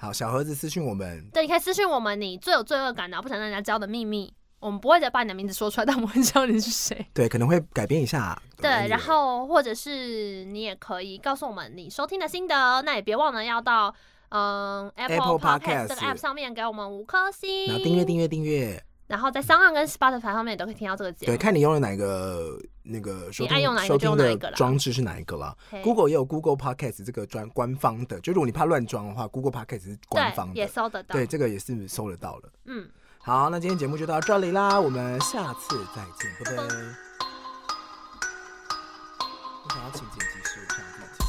Speaker 1: 好小盒子私讯我们”，。
Speaker 2: 对，你可以私信我们你最有罪恶感然后不想让人家知道的秘密。我们不会再把你的名字说出来，但我们会知道你是谁。
Speaker 1: 对，可能会改变一下。哎
Speaker 2: 对，
Speaker 1: Anyway
Speaker 2: 然后或者是你也可以告诉我们你收听的心得，那也别忘了要到嗯 Apple
Speaker 1: Apple
Speaker 2: Podcast
Speaker 1: Podcast
Speaker 2: 这个 App 上面给我们五颗星，
Speaker 1: 然后订阅订阅订阅，
Speaker 2: 然后在商岸跟 Spotify 上面也都可以听到这个节
Speaker 1: 对，
Speaker 2: 目。
Speaker 1: 看你用了哪一个那个收
Speaker 2: 你爱用
Speaker 1: 听
Speaker 2: 哪一个
Speaker 1: 收
Speaker 2: 就
Speaker 1: 听
Speaker 2: 用哪一个
Speaker 1: 的
Speaker 2: 啦
Speaker 1: 装置是哪一个啦。
Speaker 2: 嘿
Speaker 1: Google 也有 Google Podcast 这个专官方的，就如果你怕乱装的话，Google Podcast 是官方
Speaker 2: 对也
Speaker 1: 的，
Speaker 2: 搜得到。
Speaker 1: 对，这个也是搜得到了。
Speaker 2: 嗯。
Speaker 1: 好，那今天节目就到这里啦，我们下次再见，拜拜。我想要情景集市，我想要自己。